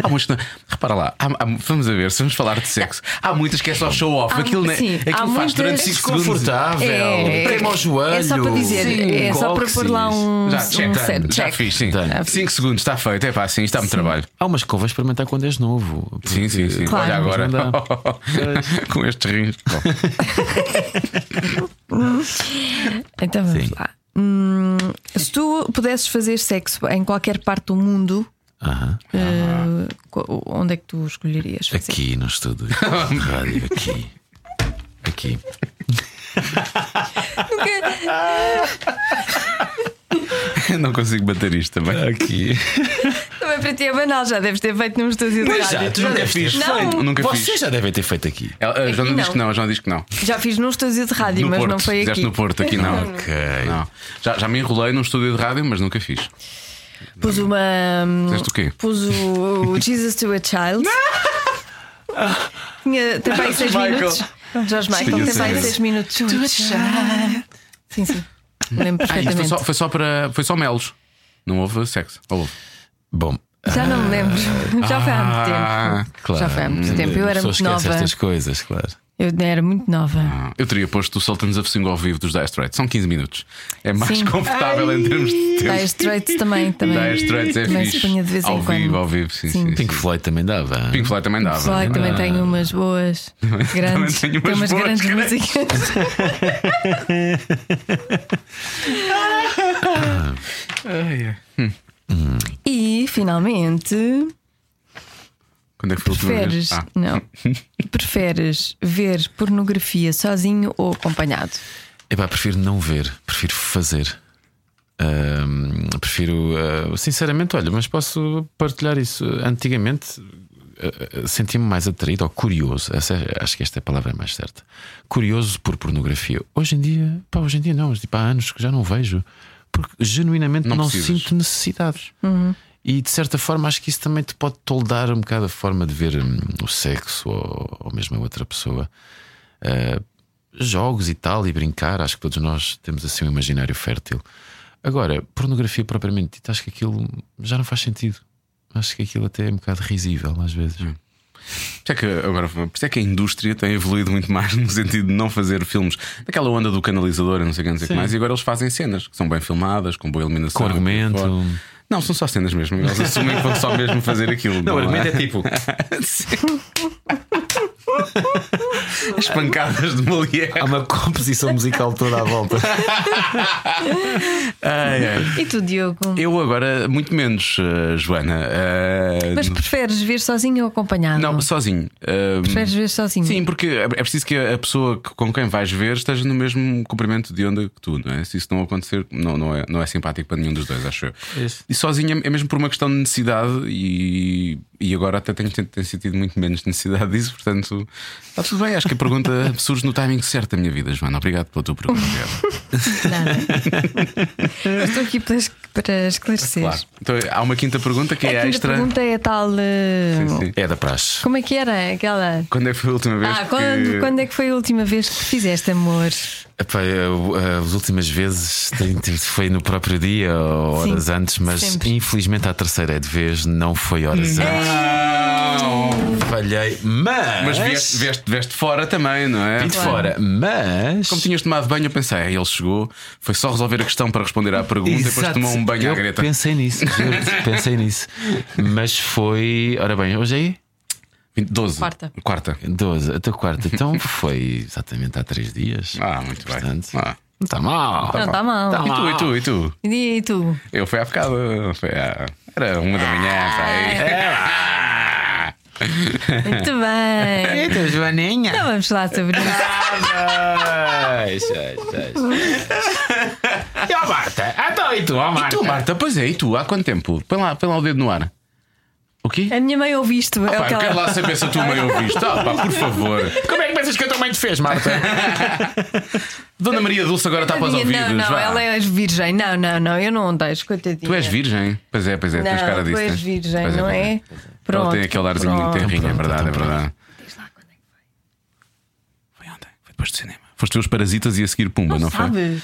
[SPEAKER 2] Há umas que não. Repara lá, há- há- vamos a ver, se vamos falar de sexo. Há muitas que é só show off.
[SPEAKER 3] Há-
[SPEAKER 2] aquilo né,
[SPEAKER 3] sim,
[SPEAKER 2] aquilo
[SPEAKER 3] há
[SPEAKER 2] faz
[SPEAKER 3] muitas-
[SPEAKER 2] durante 5 segundos.
[SPEAKER 3] É, é.
[SPEAKER 5] Prema ao joelho.
[SPEAKER 3] É só para dizer, é só para pôr lá um,
[SPEAKER 2] Já,
[SPEAKER 3] um
[SPEAKER 2] check,
[SPEAKER 3] set,
[SPEAKER 2] já
[SPEAKER 3] check.
[SPEAKER 2] fiz, sim.
[SPEAKER 5] Done.
[SPEAKER 2] 5 segundos, está feito. É pá, sim, está-me trabalho.
[SPEAKER 5] Há umas que Ah, convém experimentar quando és novo. porque-
[SPEAKER 2] Sim, sim, sim.
[SPEAKER 3] Claro.
[SPEAKER 2] Olha agora.
[SPEAKER 5] Não dá.
[SPEAKER 2] [laughs] Com estes rins. Bom,
[SPEAKER 3] Então vamos lá. Hum, se tu pudesses fazer sexo em qualquer parte do mundo,
[SPEAKER 5] Aham.
[SPEAKER 3] eh, co- onde é que tu escolherias? fazer?
[SPEAKER 5] Aqui no estúdio. Rádio, aqui. Aqui.
[SPEAKER 2] [laughs] não consigo bater isto também.
[SPEAKER 5] Aqui.
[SPEAKER 3] Também para ti é banal, já deves ter feito num estúdio de rádio.
[SPEAKER 5] já, tu já deves ter
[SPEAKER 3] Não.
[SPEAKER 5] feito.
[SPEAKER 2] Nunca fiz.
[SPEAKER 5] Vocês já devem ter feito aqui.
[SPEAKER 2] Ela- A Joana
[SPEAKER 3] Aqui
[SPEAKER 2] diz que não, a Joana diz que não.
[SPEAKER 3] Já fiz num estúdio de rádio,
[SPEAKER 2] no
[SPEAKER 3] mas
[SPEAKER 2] Porto.
[SPEAKER 3] não foi
[SPEAKER 2] Fizeste
[SPEAKER 3] aqui.
[SPEAKER 2] no Porto, aqui não.
[SPEAKER 5] Ok.
[SPEAKER 2] Não. Já, já me enrolei num estúdio de rádio, mas nunca fiz.
[SPEAKER 3] Pus uma. hum,
[SPEAKER 2] Fizeste o quê?
[SPEAKER 3] Pus
[SPEAKER 2] [laughs]
[SPEAKER 3] o, o Jesus to a Child. Tinha tem para aí 6
[SPEAKER 2] Michael.
[SPEAKER 3] minutos. Jorge Michael,
[SPEAKER 2] Tinha
[SPEAKER 3] tem para aí
[SPEAKER 2] seis.
[SPEAKER 3] 6 minutos. Sim, sim. Lembro
[SPEAKER 2] Ah, isto foi
[SPEAKER 3] perfeitamente.
[SPEAKER 2] só, foi só para. Foi só melos. Não houve sexo. Ou houve?
[SPEAKER 5] Bom,
[SPEAKER 3] Já não me lembro. Já foi há muito tempo.
[SPEAKER 2] Ah,
[SPEAKER 5] claro.
[SPEAKER 3] Já foi há
[SPEAKER 5] Hum,
[SPEAKER 3] muito tempo. Eu era
[SPEAKER 5] Só
[SPEAKER 3] muito
[SPEAKER 5] esquece
[SPEAKER 3] nova.
[SPEAKER 5] estas coisas, claro.
[SPEAKER 3] Eu era muito nova.
[SPEAKER 2] ah, Eu teria posto o Sultans of Single ao vivo dos Dire Straits. São 15 minutos. É mais
[SPEAKER 3] Sim.
[SPEAKER 2] confortável em termos de
[SPEAKER 3] Dire
[SPEAKER 2] tempo.
[SPEAKER 3] Straits também. também
[SPEAKER 2] Dire Straits é
[SPEAKER 3] também se
[SPEAKER 2] fixe.
[SPEAKER 3] punha de vez em
[SPEAKER 2] ao
[SPEAKER 3] quando.
[SPEAKER 2] vivo, ao vivo, sim,
[SPEAKER 3] Sim.
[SPEAKER 2] sim.
[SPEAKER 5] Pink
[SPEAKER 2] sim.
[SPEAKER 5] Floyd também dava. hein?
[SPEAKER 2] Pink Floyd também dava. né?
[SPEAKER 3] Floyd também tem umas boas grandes,
[SPEAKER 2] tenho umas
[SPEAKER 3] tem umas
[SPEAKER 2] boas
[SPEAKER 3] grandes
[SPEAKER 2] grandes.
[SPEAKER 3] músicas. E finalmente
[SPEAKER 2] Quando é que foi a última vez?
[SPEAKER 3] preferes
[SPEAKER 2] Ah,
[SPEAKER 3] não preferes ver pornografia sozinho ou acompanhado?
[SPEAKER 5] Epá, prefiro não ver, prefiro fazer. Ahm, prefiro, ah, sinceramente, olha, mas posso partilhar isso. Antigamente ah, ah, senti-me mais atraído ou curioso. Essa é- acho que esta é a palavra mais certa. Curioso por pornografia. Hoje em dia, pá, hoje em dia não, tipo, há anos que já não vejo, porque genuinamente
[SPEAKER 2] Não
[SPEAKER 5] não,
[SPEAKER 2] precisas.
[SPEAKER 5] sinto necessidade. E de certa forma acho que isso também te pode toldar um bocado a forma de ver hum, o sexo ou, ou mesmo a outra pessoa jogos e tal, e brincar, acho que todos nós temos assim um imaginário fértil. Agora, pornografia propriamente dita, acho que aquilo já não faz sentido. Acho que aquilo até é um bocado risível às vezes.
[SPEAKER 2] Por isso é que, agora, por isso é que a indústria tem evoluído muito mais [laughs] no sentido de não fazer filmes daquela onda do canalizador e não sei o que, não sei o que
[SPEAKER 5] Sim.
[SPEAKER 2] mais. E agora eles fazem cenas que são bem filmadas, com boa iluminação.
[SPEAKER 5] Com argumento.
[SPEAKER 2] Não, são só cenas mesmo. Eles assumem que vão só mesmo fazer aquilo. Não, é? [laughs]
[SPEAKER 5] tipo.
[SPEAKER 2] as pancadas de mulher.
[SPEAKER 5] Há uma composição musical toda à volta.
[SPEAKER 3] E tu, Diogo?
[SPEAKER 2] Eu agora, muito menos, eh, Joana. Eh,
[SPEAKER 3] Mas preferes ver sozinho ou acompanhado?
[SPEAKER 2] não, sozinho. Eh,
[SPEAKER 3] Preferes ver sozinho?
[SPEAKER 2] Sim, porque é é preciso que a pessoa que- com quem vais ver esteja no mesmo comprimento de onda que tu, não é? Se isso não acontecer, não, não, é, não é simpático para nenhum dos dois, acho eu.
[SPEAKER 5] Isso.
[SPEAKER 2] E sozinho é é mesmo por uma questão de necessidade e, e agora até tenho, tenho- tenho sentido muito menos necessidade disso, portanto, está tudo bem. Acho que a pergunta surge no timing certo da minha vida, Joana. Obrigado pela tua pergunta. obrigado.
[SPEAKER 3] Nada.
[SPEAKER 2] [laughs]
[SPEAKER 3] Eu é? Estou aqui para, es- para esclarecer.
[SPEAKER 2] claro. Então, há uma quinta pergunta que
[SPEAKER 3] A
[SPEAKER 2] é
[SPEAKER 3] quinta
[SPEAKER 2] extra.
[SPEAKER 3] pergunta é a tal. eh,
[SPEAKER 2] Sim, sim.
[SPEAKER 5] [laughs] É da praxe.
[SPEAKER 3] Como é que era aquela?
[SPEAKER 2] Quando é que foi a última vez?
[SPEAKER 3] Ah,
[SPEAKER 2] que-
[SPEAKER 3] quando, quando é que foi a última vez que fizeste amor?
[SPEAKER 5] Epá, eu, ah, as últimas vezes tem- tem- foi no próprio dia ou
[SPEAKER 3] Sim,
[SPEAKER 5] horas antes, mas
[SPEAKER 3] sempre.
[SPEAKER 5] infelizmente a terceira é de vez, não foi horas antes. Falhei, mas.
[SPEAKER 2] Mas veste, veste, veste fora também, não é?
[SPEAKER 5] Vim de fora, mas.
[SPEAKER 2] Como tinhas tomado banho, eu pensei, "Ah, ele chegou, foi só resolver a questão para responder à pergunta e depois
[SPEAKER 5] Exato.
[SPEAKER 2] tomou um banho
[SPEAKER 5] eu
[SPEAKER 2] à greta.
[SPEAKER 5] Pensei nisso,
[SPEAKER 2] [laughs]
[SPEAKER 5] juro-te, pensei nisso. Mas foi. Ora bem, hoje
[SPEAKER 2] 20, 12.
[SPEAKER 3] Quarta.
[SPEAKER 2] Quarta.
[SPEAKER 5] é 12, até quarta. Então foi exatamente há 3 dias.
[SPEAKER 2] Ah, muito bem.
[SPEAKER 5] Portanto,
[SPEAKER 2] Ah. Tá
[SPEAKER 5] Não está mal.
[SPEAKER 3] Não está mal.
[SPEAKER 2] E tu, e tu, e tu?
[SPEAKER 3] E tu?
[SPEAKER 2] Eu fui há bocado. Foi há. Era uma da manhã,
[SPEAKER 3] Ah,
[SPEAKER 2] pai.
[SPEAKER 3] Muito bem.
[SPEAKER 6] Eita, Joaninha.
[SPEAKER 3] Então vamos lá sobre isso.
[SPEAKER 2] E ó, Marta? Ah, então, e tu, ó, Marta? [laughs] E tu, Marta? Pois é, e tu? Há quanto tempo? Põe lá, põe lá o dedo no ar. O quê?
[SPEAKER 3] A minha mãe ouve isto. é o
[SPEAKER 2] Pá,
[SPEAKER 3] que
[SPEAKER 2] eu
[SPEAKER 3] ela-
[SPEAKER 2] quero lá saber se a tua mãe ouviste. Ah, pá, por favor.
[SPEAKER 5] Como é que pensas que a tua mãe te fez, Marta?
[SPEAKER 2] Dona Maria Dulce agora está para os
[SPEAKER 3] Tadinha,
[SPEAKER 2] ouvidos.
[SPEAKER 3] Não, não,
[SPEAKER 2] tá vá.
[SPEAKER 3] ela é virgem. Não, não, não, eu não deixo, coitadinha.
[SPEAKER 2] Tu és virgem? Pois é, pois é, tens
[SPEAKER 3] Não,
[SPEAKER 2] cara disso.
[SPEAKER 3] tu és
[SPEAKER 2] tens.
[SPEAKER 3] virgem,
[SPEAKER 2] Pois
[SPEAKER 3] não
[SPEAKER 2] pois
[SPEAKER 3] é?
[SPEAKER 2] Ela
[SPEAKER 3] Pronto,
[SPEAKER 2] tem aquele arzinho muito
[SPEAKER 3] pronto.
[SPEAKER 2] terrinho, é
[SPEAKER 5] Então
[SPEAKER 2] verdade, é
[SPEAKER 5] pronto.
[SPEAKER 2] verdade.
[SPEAKER 3] é
[SPEAKER 2] Foi ontem, foi depois do cinema. Foste ver os parasitas e a seguir pumba, não, foi?
[SPEAKER 3] Sabes?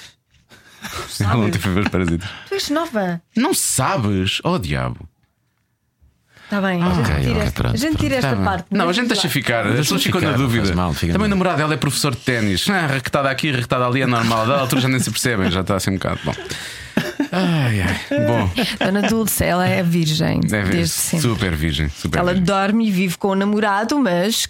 [SPEAKER 2] [laughs] Ela não teve a ver os parasitas.
[SPEAKER 3] Tu és nova.
[SPEAKER 2] Não sabes? Oh diabo.
[SPEAKER 3] Está Tá bem. a gente
[SPEAKER 5] ok,
[SPEAKER 3] tira,
[SPEAKER 5] ok,
[SPEAKER 3] esta-
[SPEAKER 5] pronto,
[SPEAKER 3] a gente tira
[SPEAKER 5] pronto,
[SPEAKER 3] esta
[SPEAKER 5] tá bem.
[SPEAKER 3] parte.
[SPEAKER 2] Não, a
[SPEAKER 3] mas
[SPEAKER 2] gente deixa ficar, as
[SPEAKER 5] Deixa
[SPEAKER 2] pessoas ficam na
[SPEAKER 5] ficar,
[SPEAKER 2] dúvida.
[SPEAKER 5] faz mal, fica
[SPEAKER 2] Também o
[SPEAKER 5] na-
[SPEAKER 2] namorado dela é professor de ténis. Ah, raquetada aqui, raquetada ali é normal. Da altura já nem se percebem, já está assim um bocado. Bom. Ai, ai. Bom,
[SPEAKER 3] Dona Dulce, ela é virgem.
[SPEAKER 2] deve
[SPEAKER 3] desde sempre.
[SPEAKER 2] super virgem. Super
[SPEAKER 3] Ela
[SPEAKER 2] virgem.
[SPEAKER 3] dorme e vive com o namorado, mas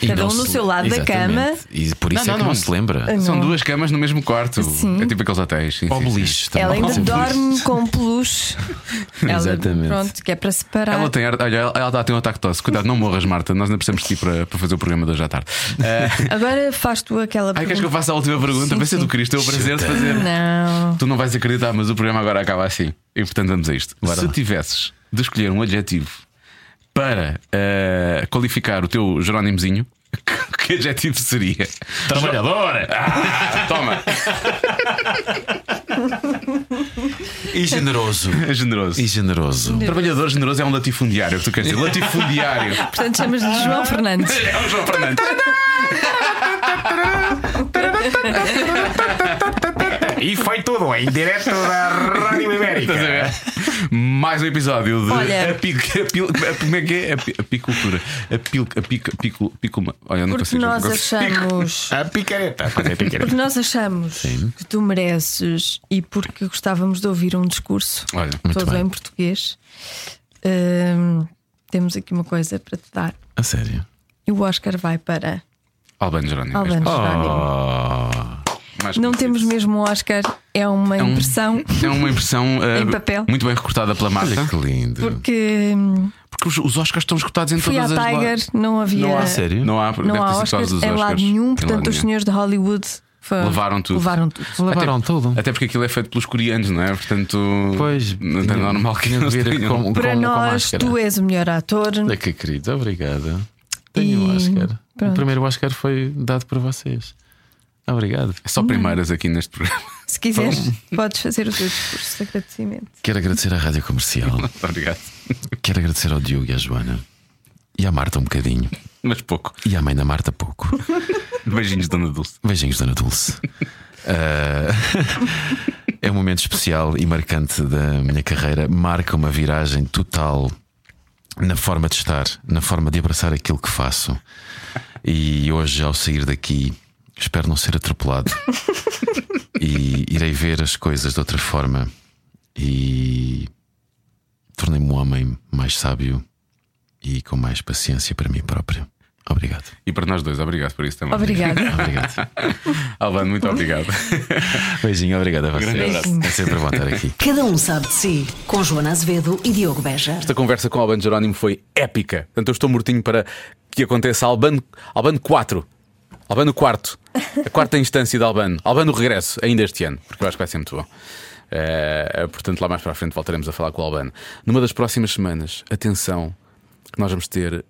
[SPEAKER 5] E
[SPEAKER 3] Cada
[SPEAKER 5] não
[SPEAKER 3] um no
[SPEAKER 5] se-
[SPEAKER 3] seu lado da cama.
[SPEAKER 5] Exatamente. E por isso
[SPEAKER 2] Não, não,
[SPEAKER 5] é que
[SPEAKER 2] não.
[SPEAKER 5] não, se lembra.
[SPEAKER 2] São duas camas no mesmo quarto.
[SPEAKER 3] Sim.
[SPEAKER 2] É tipo aqueles hotéis. Sim,
[SPEAKER 5] Ou
[SPEAKER 2] tá sim, sim.
[SPEAKER 5] beliche
[SPEAKER 3] ela
[SPEAKER 5] também.
[SPEAKER 3] ainda
[SPEAKER 5] Sim.
[SPEAKER 3] dorme com peluche.
[SPEAKER 5] [laughs]
[SPEAKER 3] Ela-
[SPEAKER 5] Exatamente.
[SPEAKER 3] Pronto, que é para separar.
[SPEAKER 2] Ela tem, ar- olha, ela, ela tá- tem um ataque de tosse. Cuidado, não morras, Marta. Nós não precisamos de ti para, para fazer o programa de hoje à tarde. Ah,
[SPEAKER 3] Agora faz tu aquela
[SPEAKER 2] ai, queres que eu
[SPEAKER 3] pergunta.
[SPEAKER 2] faça a última pergunta?
[SPEAKER 3] Sim,
[SPEAKER 2] Vai ser
[SPEAKER 3] sim.
[SPEAKER 2] do Cristo, é o prazer de fazer.
[SPEAKER 3] Não.
[SPEAKER 2] Tu não vais acreditar, mas o programa agora acaba assim. E portanto vamos a isto.
[SPEAKER 5] Bora
[SPEAKER 2] Se
[SPEAKER 5] lá.
[SPEAKER 2] tivesses de escolher um adjetivo para ah, qualificar o teu Jerónimozinho, que adjetivo seria? [laughs] Ah,
[SPEAKER 5] Trabalhadora!
[SPEAKER 2] Toma!
[SPEAKER 5] E generoso.
[SPEAKER 2] É [laughs] generoso.
[SPEAKER 5] E generoso.
[SPEAKER 2] Trabalhador generoso é um latifundiário, que tu
[SPEAKER 5] [laughs]
[SPEAKER 2] queres dizer. Latifundiário.
[SPEAKER 3] Portanto,
[SPEAKER 2] Ah.
[SPEAKER 3] chamas-lhe João Fernandes.
[SPEAKER 2] É o João Fernandes.
[SPEAKER 5] E foi tudo em direto da
[SPEAKER 2] Estás
[SPEAKER 5] Rádio
[SPEAKER 2] a
[SPEAKER 5] Ibérica.
[SPEAKER 2] ver? Mais um episódio de
[SPEAKER 3] Olha.
[SPEAKER 2] apic, apil, ap- como é que é? Api- apicultura. Apil, apic, pico, pico, olha, eu não
[SPEAKER 3] Porque
[SPEAKER 2] consigo. não
[SPEAKER 3] nós
[SPEAKER 2] consigo.
[SPEAKER 3] achamos.
[SPEAKER 5] A picareta. Fazer a picareta.
[SPEAKER 3] Porque nós achamos que tu mereces e porque gostávamos de ouvir um discurso
[SPEAKER 2] Olha,
[SPEAKER 3] todo
[SPEAKER 5] bem.
[SPEAKER 3] em português. hum, temos aqui uma coisa para te dar.
[SPEAKER 5] A sério.
[SPEAKER 3] E o Oscar vai para
[SPEAKER 2] Albano Jerónimo.
[SPEAKER 3] Albano Jerónimo.
[SPEAKER 2] Oh, este mais
[SPEAKER 3] Não
[SPEAKER 2] conhecido.
[SPEAKER 3] temos mesmo um Oscar, é uma
[SPEAKER 2] um-
[SPEAKER 3] impressão.
[SPEAKER 2] É uma impressão eh,
[SPEAKER 3] [laughs] Em papel.
[SPEAKER 2] muito bem recortada pela Marta.
[SPEAKER 5] Olha que lindo.
[SPEAKER 3] Porque hum,
[SPEAKER 2] Porque os, os Oscars estão escutados em
[SPEAKER 3] fui à
[SPEAKER 2] todas as
[SPEAKER 3] Tiger,
[SPEAKER 2] lojas.
[SPEAKER 3] não havia.
[SPEAKER 5] Não há sério.
[SPEAKER 2] Não há,
[SPEAKER 3] não
[SPEAKER 2] deve ter
[SPEAKER 3] há
[SPEAKER 2] sido por
[SPEAKER 3] Oscars
[SPEAKER 2] causa dos
[SPEAKER 3] em
[SPEAKER 2] Oscars.
[SPEAKER 3] lado nenhum, portanto
[SPEAKER 2] lado
[SPEAKER 3] os
[SPEAKER 2] nenhum.
[SPEAKER 3] senhores de Hollywood foi-
[SPEAKER 2] Levaram tudo.
[SPEAKER 3] Levaram tudo.
[SPEAKER 5] Levaram tudo.
[SPEAKER 2] Até porque aquilo é feito pelos coreanos, não é? Portanto,
[SPEAKER 5] Pois.
[SPEAKER 2] não é
[SPEAKER 5] tinha-
[SPEAKER 2] normal que um
[SPEAKER 5] tinha de
[SPEAKER 2] eles
[SPEAKER 5] ver
[SPEAKER 2] tenham.
[SPEAKER 5] com, com,
[SPEAKER 3] Para
[SPEAKER 5] com
[SPEAKER 3] nós,
[SPEAKER 5] máscara.
[SPEAKER 3] tu és o melhor ator.
[SPEAKER 2] É
[SPEAKER 5] Olha É que querido, obrigada. Tenho o
[SPEAKER 3] E-
[SPEAKER 5] Oscar.
[SPEAKER 3] pronto.
[SPEAKER 5] O primeiro Oscar foi dado por vocês. Obrigado.
[SPEAKER 2] Só primeiras aqui neste programa. [laughs]
[SPEAKER 3] Se quiseres, podes fazer o teu discurso de agradecimento.
[SPEAKER 2] [laughs]
[SPEAKER 5] Quero agradecer à Rádio Comercial. [laughs]
[SPEAKER 2] Muito Obrigado.
[SPEAKER 5] Quero agradecer ao Diogo e à Joana. E à Marta um bocadinho.
[SPEAKER 2] Mas pouco.
[SPEAKER 5] E à mãe da Marta pouco.
[SPEAKER 2] Beijinhos, Dona Dulce.
[SPEAKER 5] Beijinhos, Dona Dulce. Ah, [laughs] é um momento especial e marcante da minha carreira. Marca uma viragem total na forma de estar, na forma de abraçar aquilo que faço. E hoje, ao sair daqui, espero não ser atropelado e irei ver as coisas de outra forma. E tornei-me um homem mais sábio e com mais paciência para mim próprio. Obrigado.
[SPEAKER 2] E para nós dois, obrigado por isso também.
[SPEAKER 3] Obrigada.
[SPEAKER 5] Obrigado.
[SPEAKER 2] Albano, muito obrigado.
[SPEAKER 5] Beijinho, obrigado a
[SPEAKER 2] Grande
[SPEAKER 5] vocês.
[SPEAKER 3] abraço.
[SPEAKER 5] É sempre bom estar aqui.
[SPEAKER 1] Cada um sabe de si, com Joana Azevedo e Diogo Beja.
[SPEAKER 2] Esta conversa com Albano Jerónimo foi épica. Portanto, eu estou mortinho para que aconteça Albano, Albano 4. Albano quarto. A quarta instância de Albano. Albano regresso, ainda este ano, porque eu acho que vai ser muito bom. Eh, portanto, lá mais para a frente voltaremos a falar com o Albano. Numa das próximas semanas, atenção, que nós vamos ter,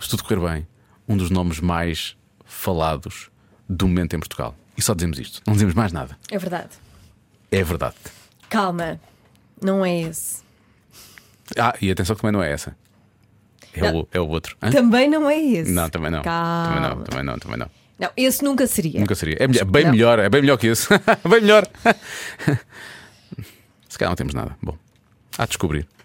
[SPEAKER 2] se tudo correr bem, um dos nomes mais falados do momento em Portugal. E só dizemos isto, não dizemos mais nada.
[SPEAKER 9] É verdade.
[SPEAKER 2] É verdade.
[SPEAKER 9] Calma, não é esse.
[SPEAKER 2] Ah, e atenção que também não é essa. É, o, é o outro. Hã?
[SPEAKER 9] Também não é esse.
[SPEAKER 2] Não, também não.
[SPEAKER 9] Calma.
[SPEAKER 2] Também não, também não, também não.
[SPEAKER 9] Não, esse nunca seria.
[SPEAKER 2] Nunca seria. É melhor- bem
[SPEAKER 9] Não.
[SPEAKER 2] melhor, é bem melhor que isso. [laughs] bem melhor. Se calhar não temos nada. Bom, há de descobrir.